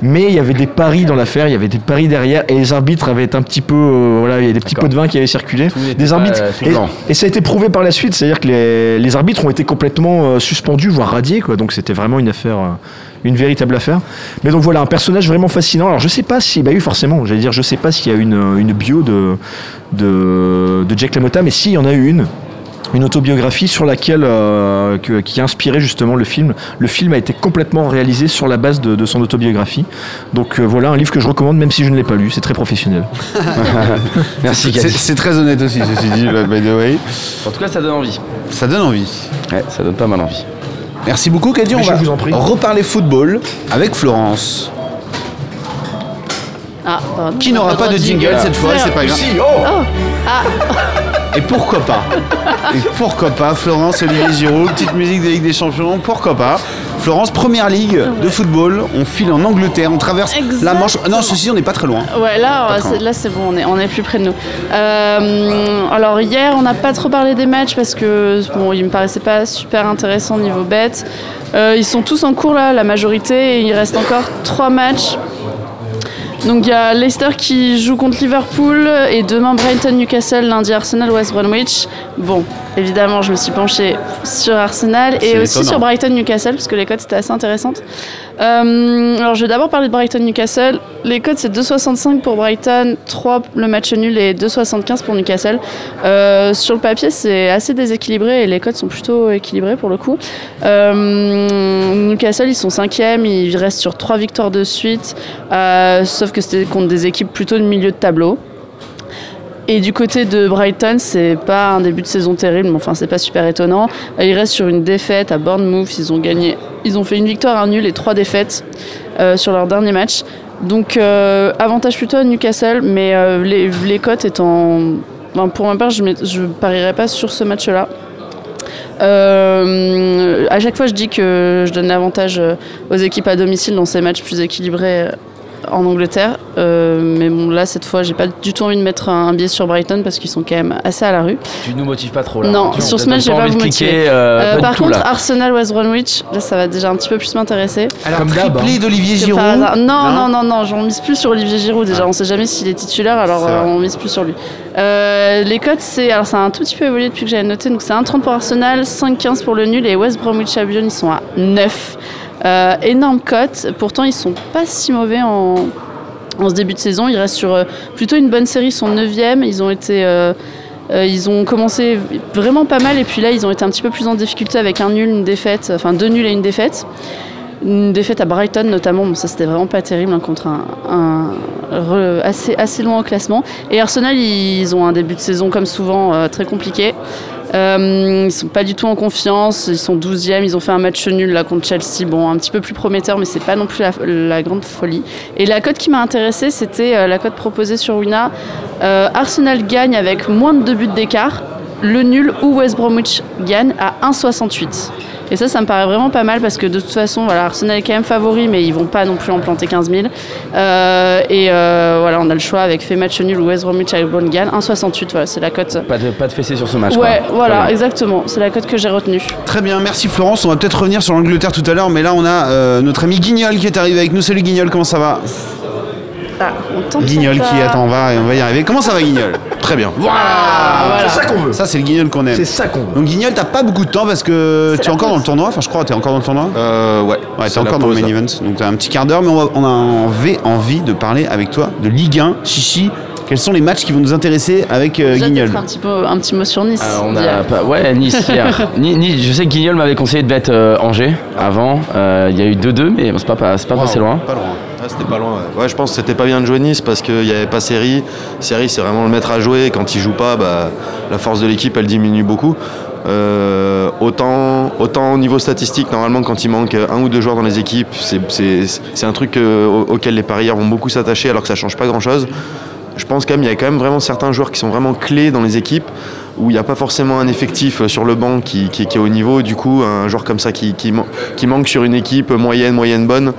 Speaker 4: Mais il y avait des paris dans l'affaire, il y avait des paris derrière et les arbitres avaient été un petit peu, euh, voilà, il y a des petits
Speaker 3: D'accord.
Speaker 4: pots de vin qui avaient circulé.
Speaker 3: Tout n'était
Speaker 4: Des
Speaker 3: pas,
Speaker 4: arbitres.
Speaker 3: euh, tout
Speaker 4: et-
Speaker 3: blanc.
Speaker 4: et ça a été prouvé par la suite, c'est-à-dire que les, les arbitres ont été complètement euh, suspendus, voire radiés, quoi. Donc c'était vraiment une affaire, euh, une véritable affaire. Mais donc voilà, un personnage vraiment fascinant. Alors je sais pas si, bah oui, forcément, j'allais dire, je sais pas s'il y a une, euh, une bio de, de, de Jack LaMotta, mais s'il y en a eu une. Une autobiographie sur laquelle euh, que- qui a inspiré justement le film. Le film a été complètement réalisé sur la base de, de son autobiographie. Donc euh, voilà un livre que je recommande même si je ne l'ai pas lu. C'est très professionnel.
Speaker 3: Merci,
Speaker 1: C'est
Speaker 3: Caddy.
Speaker 1: c'est très honnête aussi, ceci dit, by the way.
Speaker 3: En tout cas, ça donne envie.
Speaker 1: Ça donne envie.
Speaker 3: Ouais, ça donne pas mal envie.
Speaker 1: Merci beaucoup, Caddy. On
Speaker 4: je
Speaker 1: va
Speaker 4: vous en prie.
Speaker 1: reparler football avec Florence.
Speaker 5: Ah, pardon.
Speaker 1: Qui n'aura pas de jingle cette fois, c'est pas grave. Et pourquoi pas Et pourquoi pas Florence, Olivier Giroud, petite musique des Ligues des Champions, pourquoi pas Florence, première ligue de football, on file en Angleterre, on traverse la Manche. Non, ceci, on n'est pas très loin.
Speaker 5: Ouais, là,
Speaker 1: Pas
Speaker 5: euh,
Speaker 1: trop.
Speaker 5: c'est- là c'est bon, on est, on est plus près de nous. Euh, alors hier, on n'a pas trop parlé des matchs parce que bon, ils me paraissaient pas super intéressants niveau bête. Euh, ils sont tous en cours là, la majorité, et il reste encore trois matchs. Donc il y a Leicester qui joue contre Liverpool et demain Brighton Newcastle, lundi Arsenal West Bromwich. Bon, évidemment, je me suis penchée sur Arsenal et
Speaker 1: C'est
Speaker 5: aussi
Speaker 1: étonnant.
Speaker 5: sur Brighton Newcastle parce que les cotes étaient assez intéressantes. Euh, alors je vais d'abord parler de Brighton Newcastle. Les cotes c'est 2,65 pour Brighton, 3 le match nul et 2,75 pour Newcastle. Euh, sur le papier c'est assez déséquilibré et les cotes sont plutôt équilibrées pour le coup. Euh, Newcastle ils sont 5 ils restent sur 3 victoires de suite, euh, sauf que c'était contre des équipes plutôt de milieu de tableau. Et du côté de Brighton, c'est pas un début de saison terrible, mais enfin c'est pas super étonnant. Euh, Ils restent sur une défaite à Bournemouth, ils ont gagné, ils ont fait une victoire, un nul et trois défaites euh, sur leur dernier match. Donc euh, avantage plutôt à Newcastle, mais euh, les, les cotes étant, enfin, pour ma part, je, mets- je parierais pas sur ce match-là. Euh, à chaque fois, je dis que je donne l'avantage euh, aux équipes à domicile dans ces matchs plus équilibrés euh, en Angleterre. Euh, mais bon, là, cette fois, j'ai pas du tout envie de mettre un, un biais sur Brighton parce qu'ils sont quand même assez à la rue.
Speaker 3: Tu nous motives pas trop là.
Speaker 5: Non,
Speaker 3: Tu vois,
Speaker 5: sur
Speaker 3: t'as
Speaker 5: ce match, j'ai pas
Speaker 3: envie de
Speaker 5: vous
Speaker 3: cliquer,
Speaker 5: motiver.
Speaker 3: euh,
Speaker 5: Euh,
Speaker 3: pas du
Speaker 5: par
Speaker 3: tout,
Speaker 5: contre,
Speaker 3: là.
Speaker 5: Arsenal West Bromwich, là, ça va déjà un petit peu plus m'intéresser.
Speaker 1: Alors,
Speaker 3: Comme d'hab,
Speaker 1: triplé d'Olivier
Speaker 5: que
Speaker 1: Giroud.
Speaker 5: par
Speaker 1: Ah.
Speaker 5: hasard. Non, non, non, non, j'en mise plus sur Olivier Giroud déjà. On sait jamais s'il est titulaire, alors
Speaker 1: C'est
Speaker 5: euh,
Speaker 1: vrai.
Speaker 5: on mise plus sur lui. Euh, les cotes, c'est alors ça a un tout petit peu évolué depuis que j'avais noté. Donc c'est 1,30 pour Arsenal, 5,15 pour le nul et West Bromwich Albion ils sont à 9. Euh, énorme cote. Pourtant ils sont pas si mauvais en, en ce début de saison. Ils restent sur euh, plutôt une bonne série. Ils sont 9e. Ils ont été euh, euh, ils ont commencé vraiment pas mal et puis là ils ont été un petit peu plus en difficulté avec un nul, une défaite, enfin deux nuls et une défaite. Une défaite à Brighton notamment, bon, ça c'était vraiment pas terrible hein, contre un, un re- assez, assez loin au classement. Et Arsenal ils ont un début de saison comme souvent euh, très compliqué. Euh, ils sont pas du tout en confiance, ils sont 12e, ils ont fait un match nul là contre Chelsea, bon un petit peu plus prometteur mais c'est pas non plus la, la grande folie. Et la cote qui m'a intéressée c'était euh, la cote proposée sur Wina, euh, Arsenal gagne avec moins de 2 buts d'écart. Le nul ou West Bromwich gagne à 1,68. Et ça, ça me paraît vraiment pas mal parce que de toute façon, voilà, Arsenal est quand même favori, mais ils vont pas non plus en planter 15 000. Euh, et euh, voilà, on a le choix avec fait match nul ou West Bromwich Albion gagne 1,68. Voilà, c'est la cote.
Speaker 3: Pas de, pas de fessée sur ce match. quoi.
Speaker 5: Ouais,
Speaker 3: Très
Speaker 5: voilà,
Speaker 3: bien.
Speaker 5: exactement. C'est la cote que j'ai retenue.
Speaker 1: Très bien, merci Florence. On va peut-être revenir sur l'Angleterre tout à l'heure, mais là on a euh, notre ami Guignol qui est arrivé avec nous. Salut Guignol, comment ça va
Speaker 5: Ah, on tente
Speaker 1: Guignol
Speaker 5: ça.
Speaker 1: qui attend, on va, on va y arriver. Comment ça va Guignol Très bien. Waouh
Speaker 5: voilà.
Speaker 4: C'est ça qu'on veut.
Speaker 1: Ça c'est le Guignol qu'on aime.
Speaker 4: C'est ça qu'on veut.
Speaker 1: Donc Guignol, t'as pas beaucoup de temps parce que
Speaker 5: C'est
Speaker 1: tu es
Speaker 5: la
Speaker 1: encore
Speaker 5: pause.
Speaker 1: dans le tournoi. Enfin, je crois, t'es encore dans le tournoi.
Speaker 4: Euh, ouais.
Speaker 1: Ouais, t'es
Speaker 4: C'est la
Speaker 1: encore dans le
Speaker 4: pause,
Speaker 1: main
Speaker 4: là.
Speaker 1: event, donc t'as un petit quart d'heure, mais on, va- on a envie, envie de parler avec toi de Ligue 1, Chichi. Quels sont les matchs qui vont nous intéresser avec euh,
Speaker 5: Déjà,
Speaker 1: Guignol
Speaker 5: peut-être un petit, peu, un petit mot sur Nice.
Speaker 3: Alors, Ah, on
Speaker 5: d'hier.
Speaker 3: a pas- ouais, Nice hier. Ni- Ni- je sais que Guignol m'avait conseillé de bête euh, Angers avant. Euh, Il y a eu 2-2, mais bon, c'est pas, pas, c'est pas passé loin.
Speaker 1: Pas loin.
Speaker 6: Ah, c'était pas loin. Ouais. Ouais, je pense que c'était pas bien de jouer Nice parce qu'il n'y avait pas série. Série, c'est vraiment le maître à jouer. Quand il joue pas, bah, la force de l'équipe, elle diminue beaucoup. Euh, autant, autant au niveau statistique, normalement, quand il manque un ou deux joueurs dans les équipes, c'est- c'est c'est un truc euh, au- auquel les parieurs vont beaucoup s'attacher alors que ça change pas grand chose. Je pense quand même, il y a quand même vraiment certains joueurs qui sont vraiment clés dans les équipes où il n'y a pas forcément un effectif euh, sur le banc qui, qui- qui est au niveau. Du coup, un joueur comme ça qui, qui man- qui manque sur une équipe moyenne, moyenne bonne,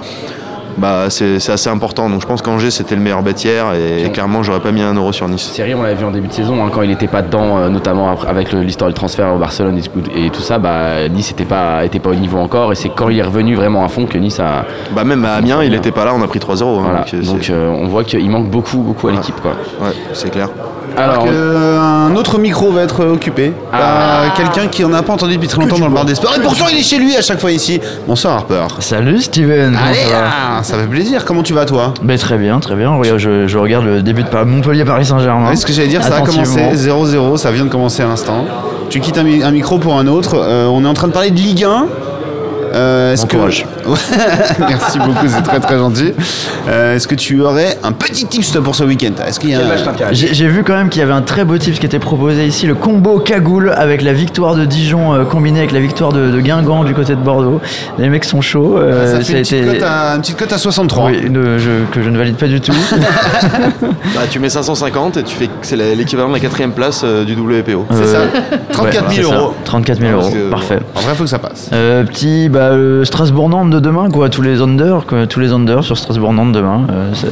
Speaker 6: bah, c'est c'est assez important. Donc je pense qu'Angers c'était le meilleur bâtière et, clairement j'aurais pas mis un euro sur Nice.
Speaker 3: Thierry, on l'avait vu en début de saison, hein, quand il n'était pas dedans, euh, notamment après- avec le- l'histoire du transfert au Barcelone et tout- et tout ça, bah, Nice n'était pas, était pas au niveau encore. Et c'est quand il est revenu vraiment à fond que Nice a.
Speaker 6: Bah même à Amiens il était pas là, on a pris 3-0. hein,
Speaker 3: Voilà.
Speaker 6: donc, euh,
Speaker 3: Donc
Speaker 6: c'est-
Speaker 3: euh, on voit qu'il manque beaucoup, beaucoup à l'équipe. quoi.
Speaker 6: ouais, c'est clair.
Speaker 3: Alors,
Speaker 1: Alors, euh, un autre micro va être euh, occupé par
Speaker 3: Ah.
Speaker 1: quelqu'un qui en a pas entendu depuis très longtemps dans le bar des sports. Et pourtant, il est chez lui à chaque fois ici. Bonsoir Harper.
Speaker 8: Salut Steven, comment
Speaker 1: Allez,
Speaker 8: ça va
Speaker 1: ah, ça fait plaisir. Comment tu vas toi
Speaker 8: Ben, Très bien, très bien. Regarde, je, je regarde le début de Par- Montpellier-Paris
Speaker 4: Hein
Speaker 8: Saint-Germain.
Speaker 1: Ouais, Ce que j'allais dire, ça a commencé
Speaker 8: Attentivement.
Speaker 1: 0-0, ça vient de commencer à l'instant. Tu quittes un, mi- un micro pour un autre. Euh, on est en train de parler de Ligue 1. Euh, est-ce
Speaker 6: Bon
Speaker 1: que-
Speaker 6: courage.
Speaker 1: Ouais, Merci beaucoup, c'est très très gentil. Euh, Est-ce que tu aurais un petit tips toi, pour ce week-end Est-ce qu'il y a un-
Speaker 8: J'ai j'ai vu quand même qu'il y avait un très beau tips qui était proposé ici, le combo cagoule avec la victoire de Dijon euh, combinée avec la victoire de, de Guingamp du côté de Bordeaux. Les mecs sont chauds. euh,
Speaker 1: Ah, Ça fait une petite, cote à, une petite cote à 63.
Speaker 8: Oui, une- je- que je ne valide pas du tout.
Speaker 6: Bah, tu mets 550 et tu fais c'est la- l'équivalent de la quatrième place euh, du WPO.
Speaker 1: C'est ça.
Speaker 8: Euh,
Speaker 1: 34
Speaker 8: ouais,
Speaker 1: 000
Speaker 8: c'est ça,
Speaker 1: euros.
Speaker 8: 34 000
Speaker 6: Parce
Speaker 8: euros,
Speaker 6: que, bon,
Speaker 8: parfait.
Speaker 1: En vrai, faut que ça passe.
Speaker 8: Euh, petit bah, euh, Strasbourg-Nantes de demain, quoi. Tous les unders, quoi, tous les unders sur Strasbourg-Nantes demain. euh, c'est-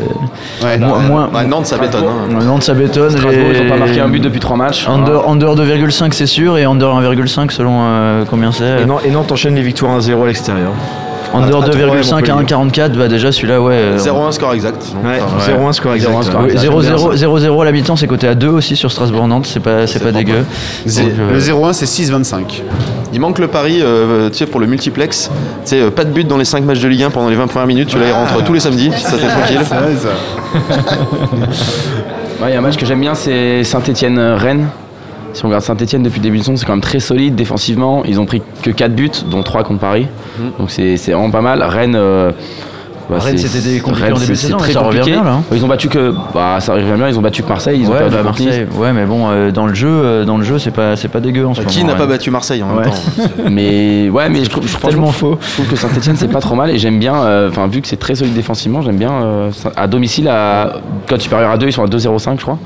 Speaker 1: Ouais.
Speaker 8: Moi- moi-
Speaker 6: Bah, Nantes ça bétonne. hein.
Speaker 8: Nantes, ça bétonne.
Speaker 3: Strasbourg,
Speaker 8: les-
Speaker 3: ils n'ont pas marqué un but depuis 3 matchs.
Speaker 8: Under, under 2,5 c'est sûr et under 1,5 selon euh, combien c'est.
Speaker 4: Et, Nantes- et Nantes enchaîne les victoires 1-0 à l'extérieur.
Speaker 8: Under
Speaker 4: à- à
Speaker 8: 2,5
Speaker 4: Troyes,
Speaker 8: à
Speaker 4: Montpellier.
Speaker 8: 1,44 bah déjà celui-là ouais. euh,
Speaker 6: 0-1 score exact. Donc,
Speaker 4: Ouais,
Speaker 6: enfin,
Speaker 4: 0-1 score exact.
Speaker 3: 0-1 score
Speaker 4: Ouais.
Speaker 8: oui,
Speaker 3: exact.
Speaker 4: Ça, j'aime bien
Speaker 8: 0-0 0-0 à la mi-temps c'est coté à 2 aussi sur Strasbourg Nantes c'est pas c'est
Speaker 6: C'est
Speaker 8: pas
Speaker 6: pas
Speaker 8: dégueu.
Speaker 6: Zé-
Speaker 8: Donc, euh,
Speaker 1: Le 0-1, c'est 6-25.
Speaker 6: Il manque le pari euh, tu sais, pour le multiplex. Tu sais, euh, pas de but dans les 5 matchs de Ligue 1 pendant les 20 premières minutes. Tu là il rentre tous les samedis. Ça t'es tranquille.
Speaker 1: C'est vrai, ça.
Speaker 3: Ouais, il y a un match que j'aime bien, c'est Saint-Etienne-Rennes. Si on regarde Saint-Etienne depuis le début de saison, c'est quand même très solide défensivement. Ils ont pris que 4 buts, dont 3 contre Paris. Donc c'est c'est vraiment pas mal. Rennes. euh, bah,
Speaker 8: Mhm. Rennes,
Speaker 3: c'est-
Speaker 8: c'était des compliqués
Speaker 3: Rennes,
Speaker 8: en début de
Speaker 3: c'est-
Speaker 8: saison,
Speaker 3: c'est
Speaker 8: mais ça revient bien, là, hein.
Speaker 3: Ils ont battu que. Bah, ça revient bien, ils ont battu que Marseille. Ils ont
Speaker 8: ouais,
Speaker 3: perdu
Speaker 8: bah,
Speaker 3: contre Nice.
Speaker 8: Marseille, ouais mais bon euh, dans le jeu euh, dans le jeu c'est pas c'est pas dégueu en ce moment.
Speaker 6: Qui n'a
Speaker 8: ouais.
Speaker 6: pas battu Marseille en
Speaker 8: Ouais.
Speaker 6: même temps
Speaker 3: Mais ouais, mais je trouve, je, franchement,
Speaker 8: Tellement faux.
Speaker 3: je trouve que Saint-Etienne c'est pas trop mal et j'aime bien, euh, enfin vu que c'est très solide défensivement, j'aime bien euh, Saint- à domicile, à code supérieur à 2, ils sont à 2-0-5 je crois.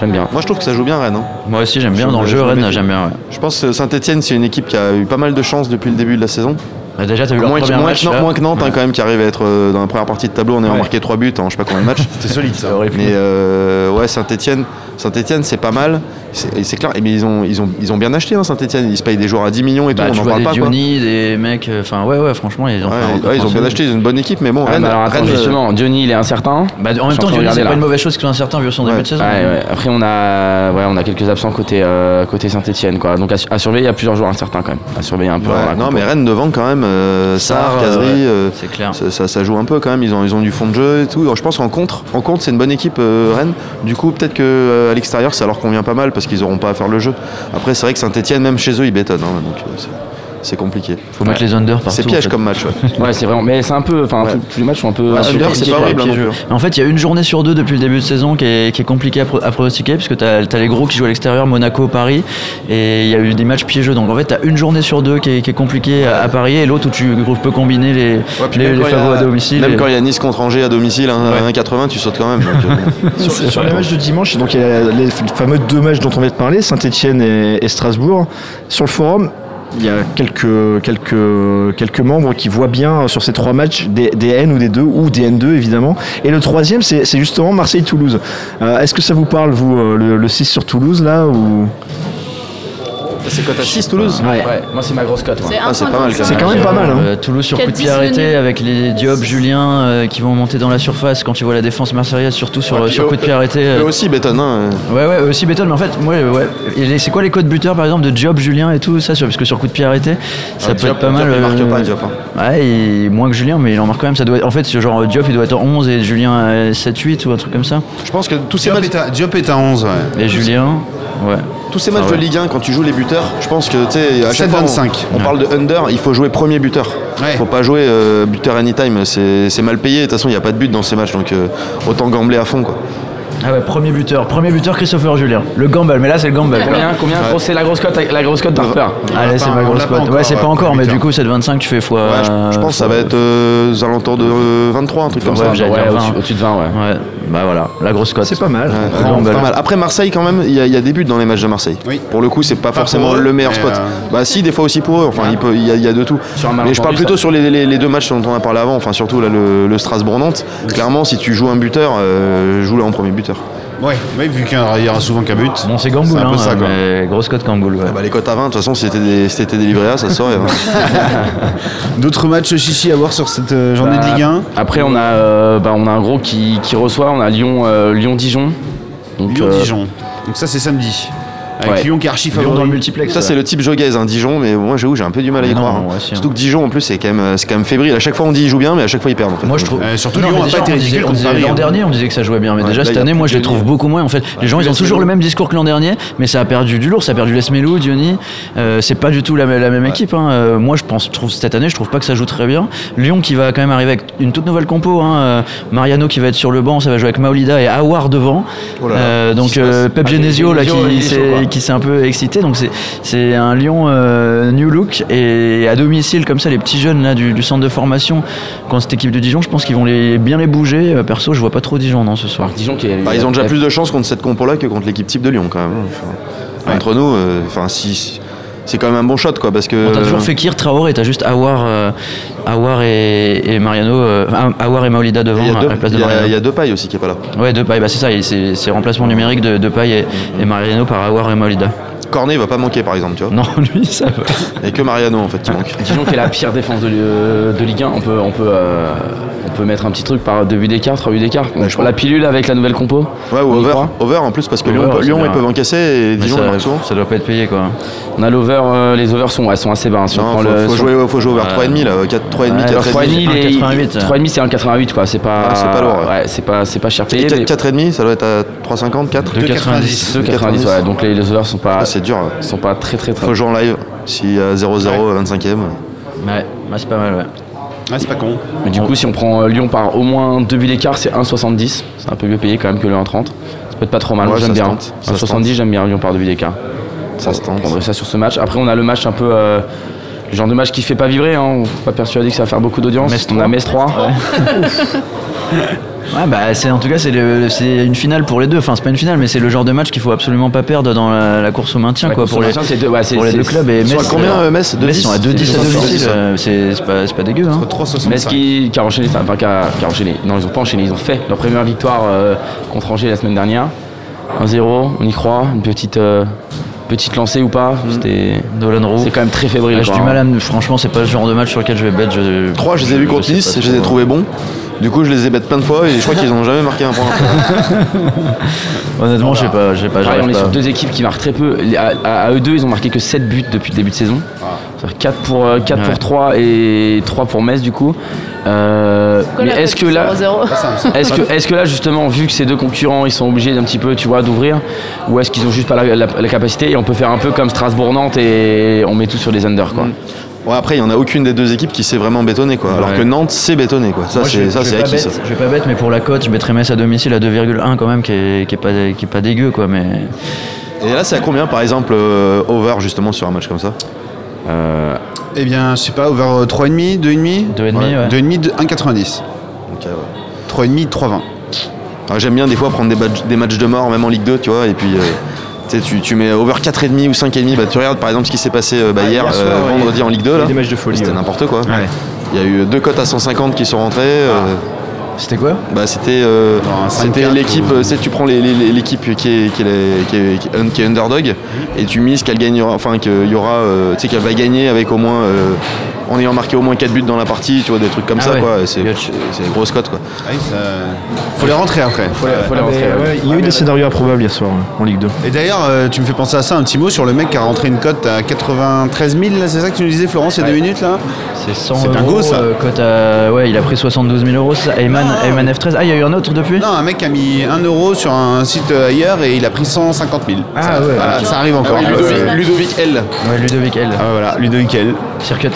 Speaker 3: J'aime bien.
Speaker 6: Moi je trouve que ça joue bien Rennes. hein.
Speaker 8: Moi aussi j'aime bien dans le
Speaker 6: Je
Speaker 8: jeu
Speaker 6: me- je me
Speaker 8: Rennes
Speaker 6: méfie.
Speaker 8: j'aime bien ouais.
Speaker 6: Je pense que Saint-Etienne, c'est une équipe qui a eu pas mal de chance depuis le début de la saison.
Speaker 9: Bah, déjà, t'as vu leur
Speaker 6: Moins, que-
Speaker 9: premier
Speaker 6: moins
Speaker 9: match.
Speaker 6: que Nantes,
Speaker 9: là.
Speaker 6: moins que Nantes, hein, quand même, qui arrive à être euh, dans la première partie de tableau, on est remarqué 3 buts en je sais pas combien de matchs.
Speaker 1: C'est solide ça.
Speaker 6: Mais euh, ouais, Saint-Etienne, Saint-Etienne c'est pas mal. C'est et c'est clair. Et mais ils ont, ils, ont, ils ont bien acheté hein, Saint-Etienne. Ils se payent des joueurs à 10 millions et tout,
Speaker 9: Bah, tu
Speaker 6: on en
Speaker 9: vois
Speaker 6: parle
Speaker 9: des
Speaker 6: pas. quoi.
Speaker 9: Diony, des mecs. euh, Enfin, ouais, ouais, franchement, ils ont fait un
Speaker 6: Ouais,
Speaker 9: record
Speaker 6: ouais, ils ont bien
Speaker 9: mensuel.
Speaker 6: acheté, ils ont une bonne équipe, mais bon,
Speaker 3: Ah,
Speaker 6: Rennes,
Speaker 3: bah, alors attends,
Speaker 6: Rennes, euh,
Speaker 3: justement, Johnny il est incertain.
Speaker 9: Bah, en
Speaker 3: Je suis
Speaker 9: même
Speaker 3: train
Speaker 9: temps,
Speaker 3: de
Speaker 9: Diony,
Speaker 3: regarder,
Speaker 9: c'est
Speaker 3: là.
Speaker 9: pas une mauvaise chose qu'ils ont un certain vu son
Speaker 6: Ouais.
Speaker 9: début de saison.
Speaker 3: Ouais, ouais. Après on a, ouais, on a quelques absents côté, euh, côté Saint-Etienne quoi. Donc à, su- à surveiller, il y a plusieurs joueurs incertains quand même. À surveiller un peu.
Speaker 6: ouais,
Speaker 3: dans la
Speaker 6: non,
Speaker 3: compo.
Speaker 6: mais Rennes devant quand même, euh, Sarr,
Speaker 9: Sarr,
Speaker 6: Cazery,
Speaker 9: ouais,
Speaker 6: euh,
Speaker 9: C'est clair.
Speaker 6: ça, ça- ça joue un peu quand même. Ils ont, ils ont du fond de jeu et tout. Alors, je pense qu'en contre, en contre, c'est une bonne équipe euh, Rennes. Du coup, peut-être que euh, à l'extérieur, ça leur convient pas mal parce qu'ils auront pas à faire le jeu. Après, c'est vrai que Saint-Etienne, même chez eux, ils bétonnent. hein, donc euh, c'est- c'est compliqué.
Speaker 9: Faut mettre les under partout.
Speaker 6: C'est
Speaker 9: en
Speaker 6: piège
Speaker 9: fait. Bah,
Speaker 6: comme match. ouais.
Speaker 3: Ouais, c'est vraiment. Mais c'est un peu. Enfin,
Speaker 6: Ouais.
Speaker 3: tous- tous les matchs sont un peu.
Speaker 6: Ouais,
Speaker 3: un peu
Speaker 6: under,
Speaker 3: compliqués,
Speaker 6: c'est pas
Speaker 3: quoi.
Speaker 6: horrible. hein, non plus.
Speaker 9: En fait, il y a une journée sur deux depuis le début de saison qui est, qui est compliquée à, pro- à pronostiquer, puisque tu as, les gros qui jouent à l'extérieur, Monaco, Paris, et il y a eu des matchs piégeux. Donc en fait, tu as une journée sur deux qui est, qui est compliquée à, à parier, et l'autre où tu peux combiner les,
Speaker 6: Ouais, puis
Speaker 9: les,
Speaker 6: même
Speaker 9: les
Speaker 6: quand il y a-
Speaker 9: favoris à domicile.
Speaker 6: Même
Speaker 9: et-
Speaker 6: quand il y a Nice contre Angers à domicile, un- un 1,80, tu sautes quand même. donc, euh, bon.
Speaker 4: Sur, sur les matchs de dimanche, donc il y a les fameux deux matchs dont on vient de parler, Saint-Etienne et, et Strasbourg. Sur le forum, il y a quelques, quelques, quelques membres qui voient bien euh, sur ces trois matchs des, des N ou des 2 ou des N2 évidemment. Et le troisième, c'est c'est justement Marseille-Toulouse. Euh, Est-ce que ça vous parle, vous, euh, le, le 6 sur Toulouse là ou...
Speaker 6: c'est cote à 6 Toulouse
Speaker 3: Ouais, moi c'est ma grosse cote. moi.
Speaker 6: Ah, c'est pas mal quand
Speaker 4: C'est
Speaker 6: même.
Speaker 4: quand même pas mal. Hein.
Speaker 9: Euh, Toulouse sur coup de pied
Speaker 5: 4-10
Speaker 9: arrêté
Speaker 5: menus.
Speaker 9: avec les Diop, Julien euh, qui vont monter dans la surface quand tu vois la défense marseillaise, surtout sur,
Speaker 6: Ouais,
Speaker 9: euh, sur
Speaker 6: puis,
Speaker 9: coup de pied
Speaker 6: euh,
Speaker 9: arrêté. euh,
Speaker 6: Eux aussi bétonne. Hein.
Speaker 9: Ouais, ouais, aussi béton, mais en fait, moi, euh, ouais. Et les- C'est quoi les codes buteurs par exemple de Diop, Julien et tout ça sur- Parce que sur coup de pied arrêté, ça peut être pas mal.
Speaker 6: Il marque
Speaker 9: euh,
Speaker 6: pas Diop. hein.
Speaker 9: Ouais, il- moins que Julien, mais il en marque quand même. Ça doit être- En fait, ce genre euh, Diop, il doit être en 11 et Julien euh, 7-8 ou un truc comme ça.
Speaker 6: Je pense que tous ces
Speaker 1: Diop
Speaker 6: matchs,
Speaker 1: est, à, Diop est à 11, ouais.
Speaker 9: Et Julien, ouais.
Speaker 6: tous ces matchs de Ligue 1, quand tu joues les buteurs, je pense que tu sais, à
Speaker 1: 7,
Speaker 6: chaque fois, on-
Speaker 1: 25.
Speaker 6: on, parle de under, il faut jouer premier buteur.
Speaker 1: Ouais.
Speaker 6: Faut pas jouer euh, buteur anytime, c'est c'est mal payé. De toute façon, il n'y a pas de but dans ces matchs, donc euh, autant gambler à fond. Quoi.
Speaker 9: Ah ouais, premier buteur, premier buteur Christopher Julien. Le gamble, mais là c'est le gamble.
Speaker 3: Combien, combien gros, c'est la grosse cote, la grosse cote d'Harper
Speaker 9: Allez, c'est
Speaker 1: pas-
Speaker 9: ma
Speaker 1: on
Speaker 9: grosse
Speaker 1: l'a pas
Speaker 9: cote.
Speaker 1: encore,
Speaker 9: Ouais, c'est pas
Speaker 1: ouais,
Speaker 9: encore,
Speaker 1: premier
Speaker 9: mais du
Speaker 1: buteur.
Speaker 9: coup, cette 25, tu fais fois.
Speaker 6: Ouais, je, je pense que Bah, ça va être euh, aux alentours de euh, 23, un truc comme ça.
Speaker 9: Ouais, j'allais
Speaker 3: Ouais,
Speaker 9: dire
Speaker 3: au-dessus-
Speaker 9: 20.
Speaker 3: au-dessus de 20, ouais.
Speaker 9: Ouais, bah voilà, la grosse cote.
Speaker 4: C'est pas mal.
Speaker 6: Ouais,
Speaker 4: Euh,
Speaker 6: c'est
Speaker 9: Gamble.
Speaker 6: pas mal. Après Marseille quand même, il y, a- il y a des buts dans les matchs de Marseille.
Speaker 1: Oui.
Speaker 6: Pour le coup, c'est pas, forcément
Speaker 1: pour eux,
Speaker 6: le meilleur
Speaker 1: mais,
Speaker 6: spot.
Speaker 1: euh,
Speaker 6: Bah si, des fois aussi pour eux. Enfin, il peut- il y, a- il y a de tout.
Speaker 3: Sur un malentendu,
Speaker 6: Mais je parle
Speaker 3: ça.
Speaker 6: plutôt sur les, les- les deux matchs dont on a parlé avant. Enfin, surtout là, le, le Strasbourg-Nantes. Clairement, si tu joues un buteur, euh, joue-le en premier buteur.
Speaker 1: Ouais, ouais, vu qu'il y aura souvent qu'un but.
Speaker 9: Bon, c'est gamble,
Speaker 1: C'est un
Speaker 9: hein,
Speaker 1: peu ça, quoi.
Speaker 9: mais grosse cote gamble, ouais.
Speaker 6: Ah bah, les cotes à 20, de toute façon, si c'était des, si c'était des livrets A, ça se saurait. hein.
Speaker 1: D'autres matchs chichi à voir sur cette euh, journée
Speaker 3: Bah,
Speaker 1: de Ligue 1
Speaker 3: Après, on a, euh, bah, on a un gros qui, qui reçoit. On a Lyon, euh, Lyon-Dijon. Donc, euh,
Speaker 1: Lyon-Dijon. Donc ça, c'est samedi. Avec
Speaker 3: Ouais.
Speaker 1: Lyon qui est archi
Speaker 9: Lyon
Speaker 1: favori.
Speaker 9: dans le multiplex.
Speaker 6: Ça, c'est le type jogaise, hein, Dijon, mais moi, j'avoue, j'ai un peu du mal à y
Speaker 9: Non,
Speaker 6: croire. hein.
Speaker 9: ouais, si, hein.
Speaker 6: Surtout que Dijon, en plus, c'est quand, même- euh, c'est quand même fébrile. À chaque fois, on dit ils jouent bien, mais à chaque fois, ils perdent. en fait.
Speaker 9: Moi je trouve.
Speaker 1: Euh, surtout
Speaker 9: Non,
Speaker 1: Lyon
Speaker 9: mais
Speaker 1: a
Speaker 9: déjà,
Speaker 1: pas été
Speaker 9: on
Speaker 1: ridicule
Speaker 9: disait- on
Speaker 1: contre
Speaker 9: disait-
Speaker 1: Paris, hein.
Speaker 9: L'an dernier, on disait que ça jouait bien, mais
Speaker 6: Ouais,
Speaker 9: déjà
Speaker 6: là,
Speaker 9: cette
Speaker 6: il y a
Speaker 9: année,
Speaker 6: plus
Speaker 9: moi
Speaker 6: de
Speaker 9: je les
Speaker 6: Diony.
Speaker 9: trouve beaucoup moins. En fait, les gens ils ont toujours le même discours que l'an dernier, mais ça a perdu du lourd, ça a perdu Lesmelou, Diony. Euh, c'est pas du tout la, la même équipe. hein. Euh, moi je pense, je trouve cette année, je trouve pas que ça joue très bien. Lyon qui va quand même arriver avec une toute nouvelle compo. hein. Euh, Mariano qui va être sur le banc, ça va jouer avec Maolida et Awar devant.
Speaker 6: Oh là là,
Speaker 9: Euh,
Speaker 6: qu'est-ce
Speaker 9: donc
Speaker 6: qui se
Speaker 9: euh,
Speaker 6: passe
Speaker 9: Pep
Speaker 3: Ah,
Speaker 9: Genesio là
Speaker 3: Genesio, il est
Speaker 9: qui
Speaker 3: chaud, quoi.
Speaker 9: s'est qui s'est un peu excité. Donc c'est c'est un Lyon euh, new look et à domicile comme ça les petits jeunes là du, du centre de formation quand cette équipe de Dijon, je pense qu'ils vont les bien les bouger. Euh, Perso, je vois pas trop Dijon non ce soir.
Speaker 3: euh, Dijon qui est.
Speaker 6: Bah, ils ont déjà plus de chances contre cette compo-là que contre l'équipe type de Lyon, quand même. hein. Enfin, Entre nous, euh, enfin, si, si- c'est quand même un bon shot, quoi, parce que.
Speaker 9: Bon, t'as toujours Fekir, Traoré, t'as juste Awar, euh, Awar et, et Mariano, euh, Awar et Maolida devant
Speaker 6: Il y a
Speaker 9: à
Speaker 6: deux,
Speaker 9: la place de
Speaker 6: il y a-
Speaker 9: Mariano.
Speaker 6: il y a deux pailles aussi qui est pas là.
Speaker 9: Ouais, Depay, bah c'est ça, il- c'est c'est remplacement numérique de Depay et, et Mariano par Awar et Maolida.
Speaker 6: Cornet va pas manquer, par exemple, tu vois.
Speaker 9: Non, lui, ça va.
Speaker 6: Il y a que Mariano, en fait, qui manque.
Speaker 3: Dijon qui est la pire défense de, euh, de Ligue 1. On peut, on, peut, euh, on peut mettre un petit truc par 2 buts d'écart, 3 buts d'écart. On prend la pilule avec la nouvelle compo.
Speaker 6: Ouais, ou
Speaker 3: On y
Speaker 6: over,
Speaker 3: croit
Speaker 6: over en plus, parce que
Speaker 3: Over,
Speaker 6: Lyon,
Speaker 3: c'est
Speaker 6: Lyon,
Speaker 3: bien.
Speaker 6: ils peuvent encaisser et
Speaker 9: Mais
Speaker 6: Dijon, ils
Speaker 9: ça,
Speaker 6: marquent souvent.
Speaker 9: ça doit pas être payé quoi.
Speaker 3: On a l'over, euh, les overs sont, elles sont assez bas. hein, si on
Speaker 6: Non,
Speaker 3: prend
Speaker 6: faut,
Speaker 3: le-
Speaker 6: faut
Speaker 3: si on-
Speaker 6: jouer, faut jouer over 3,5 là, 4, 3,5,
Speaker 9: Ouais,
Speaker 6: 4,5.
Speaker 9: alors, 3,5,
Speaker 3: 3,5 les-
Speaker 9: 1,88.
Speaker 3: 3,5, c'est 1,88 quoi, c'est pas,
Speaker 6: Ah, c'est pas lourd, ouais.
Speaker 3: ouais, c'est pas, c'est pas cher
Speaker 6: Et
Speaker 3: payé.
Speaker 6: quatre-
Speaker 3: mais-
Speaker 6: 4,5, ça doit être à 3,50, 4.
Speaker 9: 2,90.
Speaker 3: 2,90 ouais, donc les, les overs sont pas,
Speaker 6: Ah, c'est dur. hein.
Speaker 3: sont pas très très très.
Speaker 6: Faut jouer en live. Si à 0-0, 25ème.
Speaker 9: Ouais, bah, c'est pas mal, ouais.
Speaker 1: Ouais, Ah, c'est pas con.
Speaker 3: Mais du coup, si on prend euh, Lyon par au moins 2 buts d'écart, c'est 1,70. C'est un peu mieux payé quand même que le 1,30. Ça peut être pas trop mal,
Speaker 6: Ouais,
Speaker 3: moi,
Speaker 6: ça
Speaker 3: j'aime
Speaker 6: se
Speaker 3: bien.
Speaker 6: tente, ça se
Speaker 3: 1,70, j'aime bien Lyon par 2 buts d'écart.
Speaker 6: Ça se tente.
Speaker 3: On prendrait ça sur ce match. Après, on a le match un peu. euh, le genre de match qui fait pas vibrer, hein. on n'est pas persuadé que ça va faire beaucoup d'audience. On a Metz 3.
Speaker 9: Ouais, bah, c'est, en tout cas, c'est, le- c'est une finale pour les deux. Enfin, c'est pas une finale, mais c'est le genre de match qu'il faut absolument pas perdre dans la, la course au maintien,
Speaker 3: La
Speaker 9: quoi,
Speaker 3: course
Speaker 9: pour
Speaker 3: au
Speaker 9: les,
Speaker 3: maintien, c'est deux- ouais, c'est-
Speaker 9: pour les
Speaker 3: c'est-
Speaker 9: deux clubs. Et
Speaker 6: Ils sont
Speaker 9: Metz,
Speaker 6: à combien,
Speaker 9: euh,
Speaker 6: euh, Metz
Speaker 9: Metz, ils sont à 2-10 à
Speaker 6: Ils sont
Speaker 9: domicile.
Speaker 6: sur-
Speaker 9: euh, C'est, c'est pas, c'est pas dégueu, hein.
Speaker 3: Mais ce qui, qui a enchaîné, enfin pas qui a, qui a enchaîné, non ils ont pas enchaîné, ils ont fait leur première victoire euh, contre Angers la semaine dernière. 1-0, on y croit, une petite, euh, petite lancée ou pas, c'était...
Speaker 9: Dolan Roux.
Speaker 3: C'est quand même très fébrile.
Speaker 9: Mm. Ah, J'ai
Speaker 3: quoi,
Speaker 9: du mal
Speaker 3: hein.
Speaker 9: à me- Franchement, c'est pas le genre de match sur lequel je vais bet. Je,
Speaker 6: 3, je les ai vus contre
Speaker 9: sais
Speaker 6: Nice,
Speaker 9: pas
Speaker 6: je les ai
Speaker 9: trop.
Speaker 6: trouvés bons. Du coup, je les ai bêtes plein de fois et je crois qu'ils n'ont jamais marqué un point.
Speaker 9: Honnêtement,
Speaker 6: Ah.
Speaker 9: je sais pas, je sais pas,
Speaker 3: Pareil,
Speaker 9: j'arrive
Speaker 3: on est
Speaker 9: pas.
Speaker 3: sur deux équipes qui marquent très peu. Les- À, à- à eux deux, ils ont marqué que 7 buts depuis le début de saison. 4 pour, euh, quatre
Speaker 9: Ah. Ouais.
Speaker 3: pour 3 et 3 pour Metz du coup. Euh, mais est-ce que là,
Speaker 5: 0-0.
Speaker 3: Est-ce que, est-ce que là justement, vu que ces deux concurrents, ils sont obligés d'un petit peu, tu vois, d'ouvrir, ou est-ce qu'ils ont juste pas la, la- la capacité et on peut faire un peu comme Strasbourg-Nantes et on met tout sur les under quoi.
Speaker 6: Ouais, après, il n'y en a aucune des deux équipes qui s'est vraiment bétonnée, quoi. Alors
Speaker 3: Ouais.
Speaker 6: que Nantes s'est bétonnée, quoi. Ça,
Speaker 9: Moi, je
Speaker 6: c'est
Speaker 9: vais-
Speaker 6: ça,
Speaker 9: je
Speaker 6: c'est
Speaker 9: vais pas
Speaker 6: acquis, ça.
Speaker 9: bête- Je vais pas bête, mais pour la cote, je mettrais Metz à domicile à 2,1 quand même, qui est, qui est pas, qui est pas dégueu, quoi. Mais
Speaker 6: Et là, c'est à combien, par exemple, euh, over, justement, sur un match comme ça
Speaker 1: Eh bien, je sais pas, over euh, 3,5, 2,5
Speaker 9: 2,5, ouais.
Speaker 1: 2,5, de 1,90.
Speaker 6: Donc, euh, ouais.
Speaker 1: 3,5, 3,20.
Speaker 6: Alors, J'aime bien, des fois, prendre des, badge- des matchs de mort, même en Ligue 2, tu vois, et puis... euh, tu sais, tu, tu mets over 4,5 ou 5,5, bah, tu regardes par exemple ce qui s'est passé euh, bah,
Speaker 4: Ah,
Speaker 6: hier,
Speaker 4: hier soir,
Speaker 6: euh,
Speaker 4: ouais,
Speaker 6: vendredi en Ligue 2.
Speaker 4: il y a
Speaker 6: là.
Speaker 4: eu des matchs de folie,
Speaker 6: C'était
Speaker 4: ouais.
Speaker 6: n'importe quoi.
Speaker 4: Ouais. Ah.
Speaker 6: Il y a eu deux cotes à 150 qui sont rentrées. euh,
Speaker 9: c'était quoi
Speaker 6: Bah, c'était euh,
Speaker 1: un
Speaker 6: c'était
Speaker 1: 5-4
Speaker 6: l'équipe,
Speaker 1: ou-
Speaker 6: euh, c'est- tu prends les- les- les- l'équipe qui est, qui, est la- qui est- qui est un- qui est
Speaker 4: Mhm.
Speaker 6: underdog et tu mises qu'elle gagnera, enfin qu'il y aura, euh, tu sais qu'elle va gagner avec au moins euh, en ayant marqué au moins 4 buts dans la partie, tu vois des trucs comme
Speaker 9: Ah
Speaker 6: ça
Speaker 9: ouais.
Speaker 6: quoi. C'est
Speaker 9: Gotch.
Speaker 6: c'est des grosses cotes quoi.
Speaker 3: Ah
Speaker 1: Ouais, ça- Faut les rentrer après.
Speaker 3: euh, Faut les
Speaker 4: Ah,
Speaker 3: rentrer, ouais.
Speaker 4: Il y a eu des scénarios improbables hier soir hein, en Ligue 2.
Speaker 1: Et d'ailleurs, euh, tu me fais penser à ça, un petit mot sur le mec qui a rentré une cote à 93 000, là, c'est ça que tu nous disais, Florence, il y a deux minutes, là
Speaker 9: C'est 100
Speaker 1: C'est dingo,
Speaker 9: euros.
Speaker 1: ça.
Speaker 9: euh, cote à- ouais, il a pris 72 000 euros. c'est Ça. Ayman, Ayman F13. Ah, il y a eu un autre depuis.
Speaker 1: Non, un mec a mis 1 euro sur un site euh, ailleurs et il a pris 150 000.
Speaker 9: Ah,
Speaker 1: ça,
Speaker 9: ouais,
Speaker 1: voilà,
Speaker 9: ok.
Speaker 1: ça arrive encore. Ah,
Speaker 3: bah
Speaker 1: ouais.
Speaker 6: euh, Ludovic L.
Speaker 9: Ouais, Ludovic L.
Speaker 1: Ah, voilà, Ludovic L.
Speaker 9: Circuit.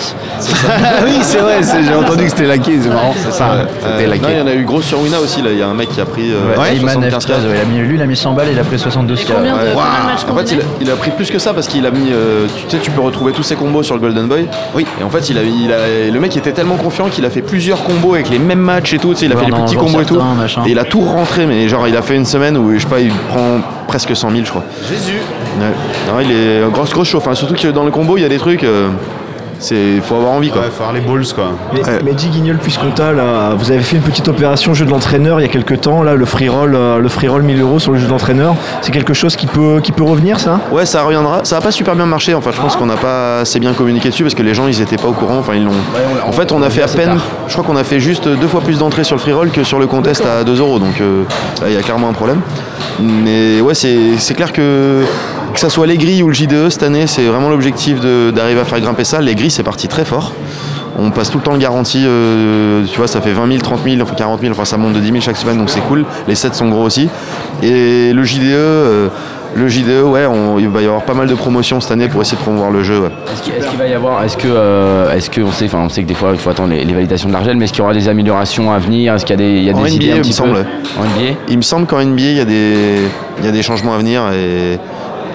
Speaker 1: Ah oui, c'est vrai, c'est- Euh, j'ai entendu que c'était laqué, c'est marrant, c'est ça, c'était
Speaker 6: Euh, non, il y
Speaker 1: laqué.
Speaker 6: en a eu gros sur Wina aussi là. Il y a un mec qui a pris euh,
Speaker 9: Ouais, Ayman
Speaker 6: 75
Speaker 9: F13. ouais, il a mis, lui, il a mis 100 balles, il a pris 72
Speaker 5: Et
Speaker 9: k
Speaker 5: combien
Speaker 6: euh,
Speaker 5: de, combien de matchs
Speaker 6: En fait,
Speaker 5: combinés
Speaker 6: il a, il a pris plus que ça parce qu'il a mis. euh, tu sais, tu peux retrouver tous ses combos sur le Golden Boy.
Speaker 1: Oui.
Speaker 6: Et en fait, il a, il a- le mec était tellement confiant qu'il a fait plusieurs combos avec les mêmes matchs et tout. Tu sais, il a
Speaker 9: Ouais,
Speaker 6: fait
Speaker 9: on
Speaker 6: les
Speaker 9: en
Speaker 6: petits
Speaker 9: voit
Speaker 6: combos et tout.
Speaker 9: certains, machin.
Speaker 6: Et il a tout rentré, mais genre, il a fait une semaine où, je sais pas, il prend presque 100 000, je crois.
Speaker 1: Jésus
Speaker 6: Ouais. Non, il est euh, grosse, grosse chauffe. hein. Surtout que dans le combo, il y a des trucs. euh, c'est faut avoir envie quoi.
Speaker 1: Ouais, faut avoir les balls, quoi.
Speaker 4: Mais,
Speaker 6: Ouais.
Speaker 4: mais Guignol Guignol Puisconta, là, vous avez fait une petite opération jeu de l'entraîneur il y a quelques temps, là, le free roll, euh, le free roll 1000 euros sur le jeu de l'entraîneur, c'est quelque chose qui peut, qui peut revenir, ça
Speaker 6: Ouais, ça reviendra. Ça a pas super bien marché. Enfin, je pense qu'on n'a pas assez bien communiqué dessus parce que les gens, ils étaient pas au courant. Enfin, ils l'ont. en fait, on a fait à peine. Je crois qu'on a fait juste deux fois plus d'entrées sur le free roll que sur le contest à 2 euros. Donc, euh, là, il y a clairement un problème. Mais ouais, c'est c'est clair que que ça soit les grilles ou le JDE cette année, c'est vraiment l'objectif de- d'arriver à faire grimper ça. Les grilles, c'est parti très fort. On passe tout le temps le garantie, euh, tu vois, ça fait 20 000, 30 000, enfin 40 000, enfin ça monte de 10 000 chaque semaine, donc c'est cool. Les sets sont gros aussi. Et le JDE, euh, le JDE, ouais, on- il va y avoir pas mal de promotions cette année pour essayer de promouvoir le jeu. ouais.
Speaker 3: Est-ce qu'il est-ce qu'il va y avoir, est-ce que, euh, est-ce que on sait, enfin on sait que des fois il faut attendre les, les validations de l'Argel, mais est-ce qu'il y aura des améliorations à venir Est-ce qu'il y a des, il y a
Speaker 6: En
Speaker 3: des
Speaker 6: NBA,
Speaker 3: idées
Speaker 6: il
Speaker 3: un
Speaker 6: me
Speaker 3: petit peu
Speaker 6: semble.
Speaker 3: en NBA
Speaker 6: Il me semble qu'en NBA, il y, a des- il y a des changements à venir et,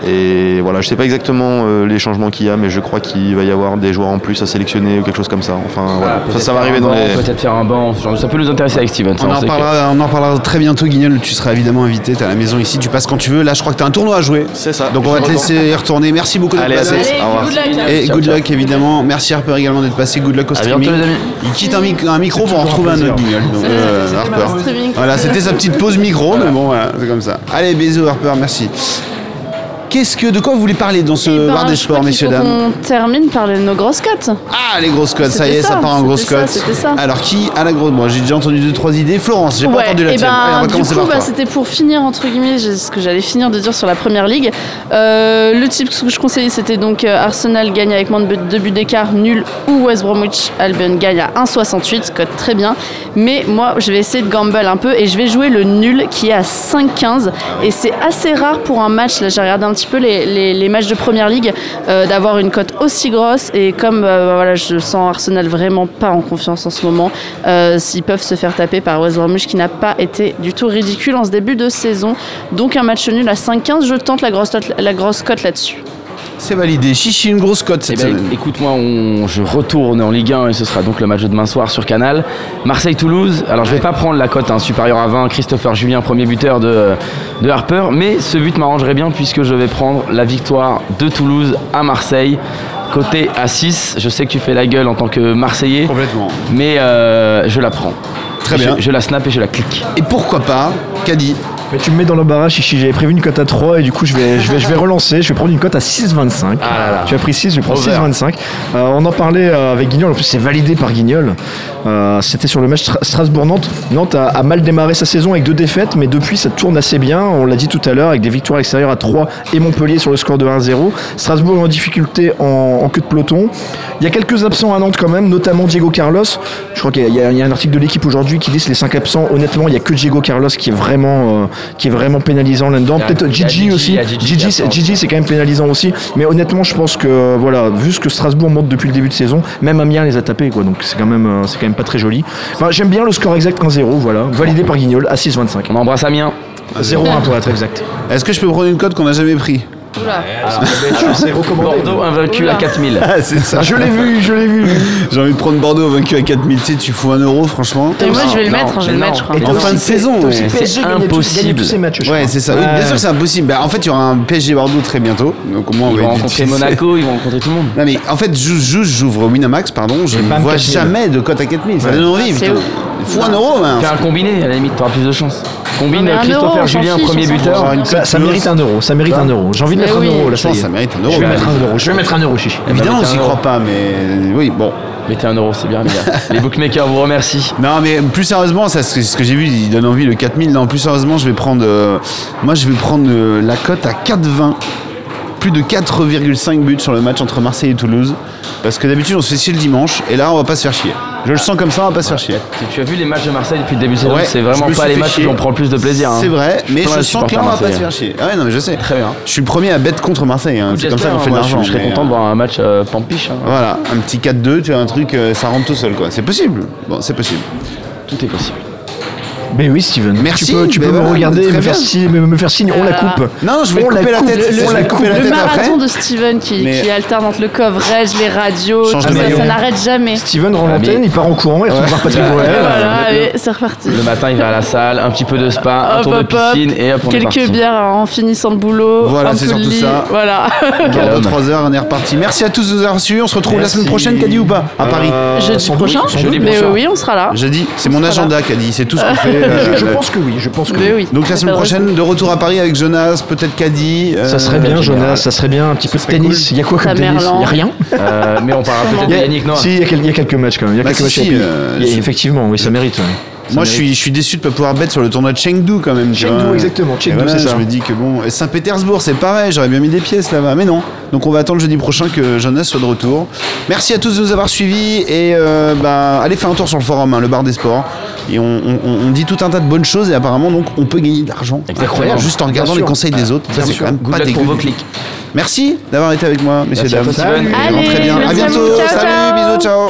Speaker 6: et voilà, je sais pas exactement euh, les changements qu'il y a, mais je crois qu'il va y avoir des joueurs en plus à sélectionner ou quelque chose comme ça. Enfin, voilà,
Speaker 3: Peut-être
Speaker 6: ça, ça va
Speaker 3: faire
Speaker 6: arriver
Speaker 3: un
Speaker 6: dans
Speaker 3: banc,
Speaker 6: les.
Speaker 3: Peut-être faire un banc, genre, ça peut nous intéresser avec Steven. ça,
Speaker 1: On
Speaker 3: on
Speaker 1: en,
Speaker 3: sait que-
Speaker 1: parlera, on en parlera très bientôt, Guignol. Tu seras évidemment invité. T'es à la maison ici. Tu passes quand tu veux. Là, je crois que t'as un tournoi à jouer.
Speaker 6: C'est ça.
Speaker 1: Donc, on va te laisser y retourner. Merci beaucoup d'être
Speaker 6: Allez, à
Speaker 1: passé.
Speaker 6: salut. Au revoir.
Speaker 1: Et good luck, évidemment. Merci Harper également d'être passé. Good luck au streaming.
Speaker 3: bientôt, les amis.
Speaker 1: Il quitte un, mic- un micro pour en retrouver un autre Guignol. donc, euh, Harper. Voilà, c'était sa petite pause micro, mais bon, voilà, c'est comme ça. Allez, bisous Harper, merci. Qu'est-ce que, de quoi vous voulez parler dans ce
Speaker 5: Eh ben,
Speaker 1: bar des
Speaker 5: je
Speaker 1: sports,
Speaker 5: crois qu'il
Speaker 1: messieurs
Speaker 5: faut
Speaker 1: dames
Speaker 5: qu'on termine par les- nos grosses cotes.
Speaker 1: Ah, les grosses cotes, ça y est,
Speaker 5: C'était
Speaker 1: ça,
Speaker 5: ça,
Speaker 1: part en grosses
Speaker 5: c'était ça,
Speaker 1: cotes.
Speaker 5: c'était ça.
Speaker 1: Alors qui a la grosse Moi, j'ai déjà entendu deux trois idées. Florence, j'ai pas
Speaker 5: Ouais,
Speaker 1: entendu la
Speaker 5: et
Speaker 1: tienne. Allez, on va
Speaker 5: ben, du
Speaker 1: commencer
Speaker 5: coup,
Speaker 1: par
Speaker 5: bah,
Speaker 1: toi.
Speaker 5: c'était pour finir, entre guillemets, j'ai- ce que j'allais finir de dire sur la première ligue. Euh, le type que je conseillais, c'était donc euh, Arsenal gagne avec moins de but- deux buts d'écart, nul, ou West Bromwich Albion gagne à 1,68, cote très bien. Mais moi, je vais essayer de gamble un peu et je vais jouer le nul qui est à 5,15. Et c'est assez rare pour un match, là, j'ai regardé un petit peu les, les- les matchs de première ligue, euh, d'avoir une cote aussi grosse. Et comme euh, voilà, je sens Arsenal vraiment pas en confiance en ce moment, euh, s'ils peuvent se faire taper par West Bromwich qui n'a pas été du tout ridicule en ce début de saison. Donc un match nul à 5-15, je tente la grosse, note- la grosse cote là-dessus.
Speaker 1: C'est validé. Chichi, une grosse cote
Speaker 3: Eh
Speaker 1: cette
Speaker 3: ben,
Speaker 1: semaine.
Speaker 3: écoute-moi, on- je retourne en Ligue 1 et ce sera donc le match de demain soir sur Canal. Marseille-Toulouse, alors je vais
Speaker 1: Ouais.
Speaker 3: pas prendre la cote hein, supérieure à 20, Christopher Julien, premier buteur de, de Harper, mais ce but m'arrangerait bien puisque je vais prendre la victoire de Toulouse à Marseille. Côté à 6, je sais que tu fais la gueule en tant que Marseillais,
Speaker 1: Complètement.
Speaker 3: mais euh, je la prends.
Speaker 1: Très
Speaker 3: Je-
Speaker 1: bien.
Speaker 3: je la snap et je la clique.
Speaker 1: Et pourquoi pas, Caddy
Speaker 4: Mais tu me mets dans l'embarras, Chichi. J'avais prévu une cote à 3 et du coup, je vais, je vais, je vais relancer. Je vais prendre une cote à 6,25. Tu as pris 6, je prends 6,25. Euh, on en parlait euh, avec Guignol. En plus, c'est validé par Guignol. Euh, C'était sur le match Stra- Strasbourg-Nantes. Nantes a, a mal démarré sa saison avec deux défaites, mais depuis, ça tourne assez bien. On l'a dit tout à l'heure, avec des victoires extérieures à 3 et Montpellier sur le score de 1-0. Strasbourg est en difficulté en, en queue de peloton. Il y a quelques absents à Nantes quand même, notamment Diego Carlos. Je crois qu'il y, a- il y a un article de l'équipe aujourd'hui qui dit que les 5 absents, honnêtement, il n'y a que Diego Carlos qui est vraiment, euh, qui est vraiment pénalisant là-dedans.
Speaker 3: Il y a-
Speaker 4: Peut-être
Speaker 3: il y a
Speaker 4: Gigi
Speaker 3: Gigi, il
Speaker 4: aussi.
Speaker 3: y a Gigi qui est
Speaker 4: Gigi, c'est-
Speaker 3: absent.
Speaker 4: Gigi, c'est quand même pénalisant aussi. Mais honnêtement, je pense que, voilà, vu ce que Strasbourg monte depuis le début de saison, même Amiens les a tapés, quoi. Donc c'est quand, même, euh, c'est quand même pas très joli. Enfin, j'aime bien le score exact 1-0, voilà. Validé par Guignol à 6-25.
Speaker 3: On embrasse Amiens.
Speaker 4: 0-1 pour être exact.
Speaker 1: Est-ce que je peux prendre une cote qu'on n'a jamais pris
Speaker 4: C'est recommandé.
Speaker 3: Bordeaux invaincu à 4000.
Speaker 1: Ah, c'est ça.
Speaker 4: Je l'ai vu, je l'ai vu.
Speaker 1: J'ai envie de prendre Bordeaux vaincu à 4000. Tu sais, tu fous un euro, franchement.
Speaker 5: Et moi, je vais le
Speaker 3: Non,
Speaker 5: mettre, hein, je vais le
Speaker 3: non.
Speaker 5: mettre, je crois.
Speaker 4: Et t'as
Speaker 1: En fin
Speaker 4: aussi-
Speaker 1: de saison,
Speaker 4: t'as aussi
Speaker 1: ouais.
Speaker 4: le
Speaker 3: C'est
Speaker 4: PSG gagné tous- gagné
Speaker 3: impossible.
Speaker 4: tous ses matchs, je
Speaker 1: Ouais,
Speaker 4: crois.
Speaker 1: c'est ça. Oui, bien sûr que c'est impossible. Bah, en fait, il y aura un PSG Bordeaux très bientôt. Donc au moins, on
Speaker 3: Ils
Speaker 1: va
Speaker 3: vont
Speaker 1: éviter-
Speaker 3: rencontrer Monaco, ils vont rencontrer tout le monde.
Speaker 1: Non mais en fait, juste- juste, j'ouvre Winamax, pardon, je
Speaker 4: Et
Speaker 1: ne
Speaker 4: bam,
Speaker 1: vois
Speaker 4: 4000.
Speaker 1: jamais de cote à 4000. Ça
Speaker 4: Ouais.
Speaker 1: donne envie, putain. Fou un euro, ben.
Speaker 3: Fais un combiné, à la limite, t'auras plus de chance. Combine
Speaker 5: Non, mais un euro,
Speaker 3: Christopher
Speaker 5: on s'en
Speaker 3: Julien,
Speaker 5: fiche,
Speaker 3: premier
Speaker 5: on s'en
Speaker 3: buteur.
Speaker 1: Une
Speaker 4: Ça,
Speaker 1: cote
Speaker 4: ça
Speaker 1: plus
Speaker 4: mérite un euro, ça mérite un euro. J'ai envie de
Speaker 5: Mais
Speaker 4: mettre un
Speaker 5: oui.
Speaker 4: euro, là,
Speaker 1: Je
Speaker 4: ça
Speaker 1: pense que
Speaker 4: y est.
Speaker 1: ça mérite un euro.
Speaker 4: Je vais
Speaker 1: ben.
Speaker 4: mettre un euro. Je vais mettre un euro, chichi.
Speaker 1: Évidemment,
Speaker 3: mettre un
Speaker 1: j'y
Speaker 3: euro.
Speaker 1: crois pas, mais oui, bon.
Speaker 3: Mettez un euro, c'est bien, les gars. Les bookmakers vous remercient.
Speaker 1: Non, mais plus sérieusement, ça, c'est ce que j'ai vu, il donne envie le 4000. Non, plus sérieusement, je vais prendre. euh, moi, je vais prendre euh, la cote à 4,20. Plus de 4,5 buts sur le match entre Marseille et Toulouse. Parce que d'habitude, on se fait chier le dimanche. Et là, on va pas se faire chier. Je le sens comme ça, on va pas se faire chier.
Speaker 3: Si tu as vu les matchs de Marseille depuis le début de saison,
Speaker 1: Ouais,
Speaker 3: c'est
Speaker 1: je
Speaker 3: vraiment
Speaker 1: me
Speaker 3: pas
Speaker 1: suis
Speaker 3: les
Speaker 1: fait
Speaker 3: matchs
Speaker 1: chier.
Speaker 3: où on prend le plus de plaisir. hein.
Speaker 1: C'est vrai, mais
Speaker 3: plein
Speaker 1: je
Speaker 3: de
Speaker 1: sens que là,
Speaker 3: supporters
Speaker 1: on va pas se
Speaker 3: marseillais.
Speaker 1: faire chier. Ah ouais, non, mais je sais.
Speaker 3: Très bien.
Speaker 1: Je suis le premier à bet contre Marseille. hein. C'est comme ça qu'on fait de
Speaker 3: Moi,
Speaker 1: l'argent.
Speaker 3: Je serais
Speaker 1: mais,
Speaker 3: content de
Speaker 1: euh,
Speaker 3: voir un match euh, pampiche. hein.
Speaker 1: Voilà, un petit 4-2, tu as un truc, euh, ça rentre tout seul, quoi. C'est possible. Bon, c'est possible.
Speaker 3: Tout est possible.
Speaker 4: Mais oui, Steven.
Speaker 1: Merci,
Speaker 4: Tu peux, tu
Speaker 1: ben
Speaker 4: peux me
Speaker 1: voilà,
Speaker 4: regarder,
Speaker 1: très
Speaker 4: me faire,
Speaker 1: bien.
Speaker 4: signe, me, me faire signe, on la coupe.
Speaker 1: Euh, Non, je vais
Speaker 4: On
Speaker 1: couper la
Speaker 4: coupe,
Speaker 1: tête.
Speaker 4: le-
Speaker 1: on
Speaker 4: le-
Speaker 1: l'a coupé la
Speaker 5: Le
Speaker 1: tête
Speaker 5: marathon
Speaker 1: après.
Speaker 5: de Steven qui,
Speaker 1: Mais-
Speaker 5: qui alterne entre le coverage, les radios,
Speaker 1: Change
Speaker 5: tout
Speaker 1: de
Speaker 5: ça,
Speaker 1: maillot.
Speaker 5: ça n'arrête jamais.
Speaker 4: Steven rend
Speaker 3: Ah,
Speaker 4: l'antenne,
Speaker 3: mais-
Speaker 4: il part en courant, il retourne voir Patrick Bruel.
Speaker 3: Ouais,
Speaker 2: Voilà,
Speaker 3: ouais,
Speaker 2: allez, c'est reparti.
Speaker 3: Le matin, il va à la salle, un petit peu de spa, un
Speaker 2: Hop,
Speaker 3: tour de
Speaker 2: hop, hop.
Speaker 3: piscine et hop, on est
Speaker 2: Quelques
Speaker 3: parti.
Speaker 2: bières en finissant le boulot.
Speaker 1: Voilà,
Speaker 2: un
Speaker 1: c'est
Speaker 2: peu de
Speaker 1: surtout
Speaker 2: lit,
Speaker 1: ça. Euh,
Speaker 2: Voilà.
Speaker 1: Dans 3 heures, on est reparti. Merci à tous de nous avoir suivis. On se retrouve la semaine prochaine, Caddy ou pas
Speaker 3: Euh,
Speaker 4: Euh,
Speaker 1: À Paris.
Speaker 2: Jeudi prochain
Speaker 3: Jeudi
Speaker 2: Mais
Speaker 3: prochain.
Speaker 2: oui, on sera là.
Speaker 1: Jeudi, c'est mon
Speaker 2: sera
Speaker 1: agenda, Caddy. C'est tout ce qu'on fait. euh,
Speaker 4: Je, je
Speaker 1: la-
Speaker 4: pense que oui, je pense que
Speaker 2: Mais
Speaker 4: oui.
Speaker 2: oui.
Speaker 1: Donc la semaine prochaine, de retour à Paris avec Jonas, peut-être Caddy. euh,
Speaker 4: Ça serait bien, Jonas, ça serait bien un petit peu de tennis. Il y a quoi comme tennis Il
Speaker 5: Tamerlan.
Speaker 4: y a rien
Speaker 3: Euh, mais on parlera peut-être de
Speaker 4: Il y a-
Speaker 3: Yannick Noah.
Speaker 4: Si, il y, a quel- il y a quelques matchs quand même. Il y a
Speaker 1: Bah,
Speaker 4: quelques
Speaker 1: si,
Speaker 4: matchs.
Speaker 1: si,
Speaker 4: et puis-
Speaker 1: euh,
Speaker 4: il y a-
Speaker 1: je-
Speaker 4: Effectivement, oui, ça mérite. ouais.
Speaker 1: Moi, je suis, je suis déçu de pas pouvoir bet sur le tournoi de Chengdu quand même. tu
Speaker 4: Chengdu,
Speaker 1: vois.
Speaker 4: exactement,
Speaker 1: Et
Speaker 4: Chengdu,
Speaker 1: voilà,
Speaker 4: c'est ça.
Speaker 1: Je me dis que bon, et Saint-Pétersbourg, c'est pareil. J'aurais bien mis des pièces là-bas, mais non. Donc, on va attendre jeudi prochain que Jonas soit de retour. Merci à tous de nous avoir suivis et euh, bah, allez faire un tour sur le forum, hein, le bar des sports. Et on, on- on- on dit tout un tas de bonnes choses et apparemment, donc, on peut gagner de l'argent.
Speaker 3: Exactement.
Speaker 1: Incroyable. Juste en regardant
Speaker 4: Bien
Speaker 1: les
Speaker 4: sûr.
Speaker 1: conseils des autres. Ça, c'est quand même
Speaker 3: Good
Speaker 1: pas
Speaker 3: luck
Speaker 1: dégueu.
Speaker 3: pour vos clics.
Speaker 1: Merci d'avoir été avec moi, messieurs
Speaker 3: Merci à
Speaker 1: dames.
Speaker 3: toi, Steven.
Speaker 1: Et
Speaker 5: Allez,
Speaker 1: rentrez bien. À
Speaker 5: merci à vous.
Speaker 1: bientôt.
Speaker 5: Ciao,
Speaker 1: Salut,
Speaker 5: ciao.
Speaker 1: bisous, ciao.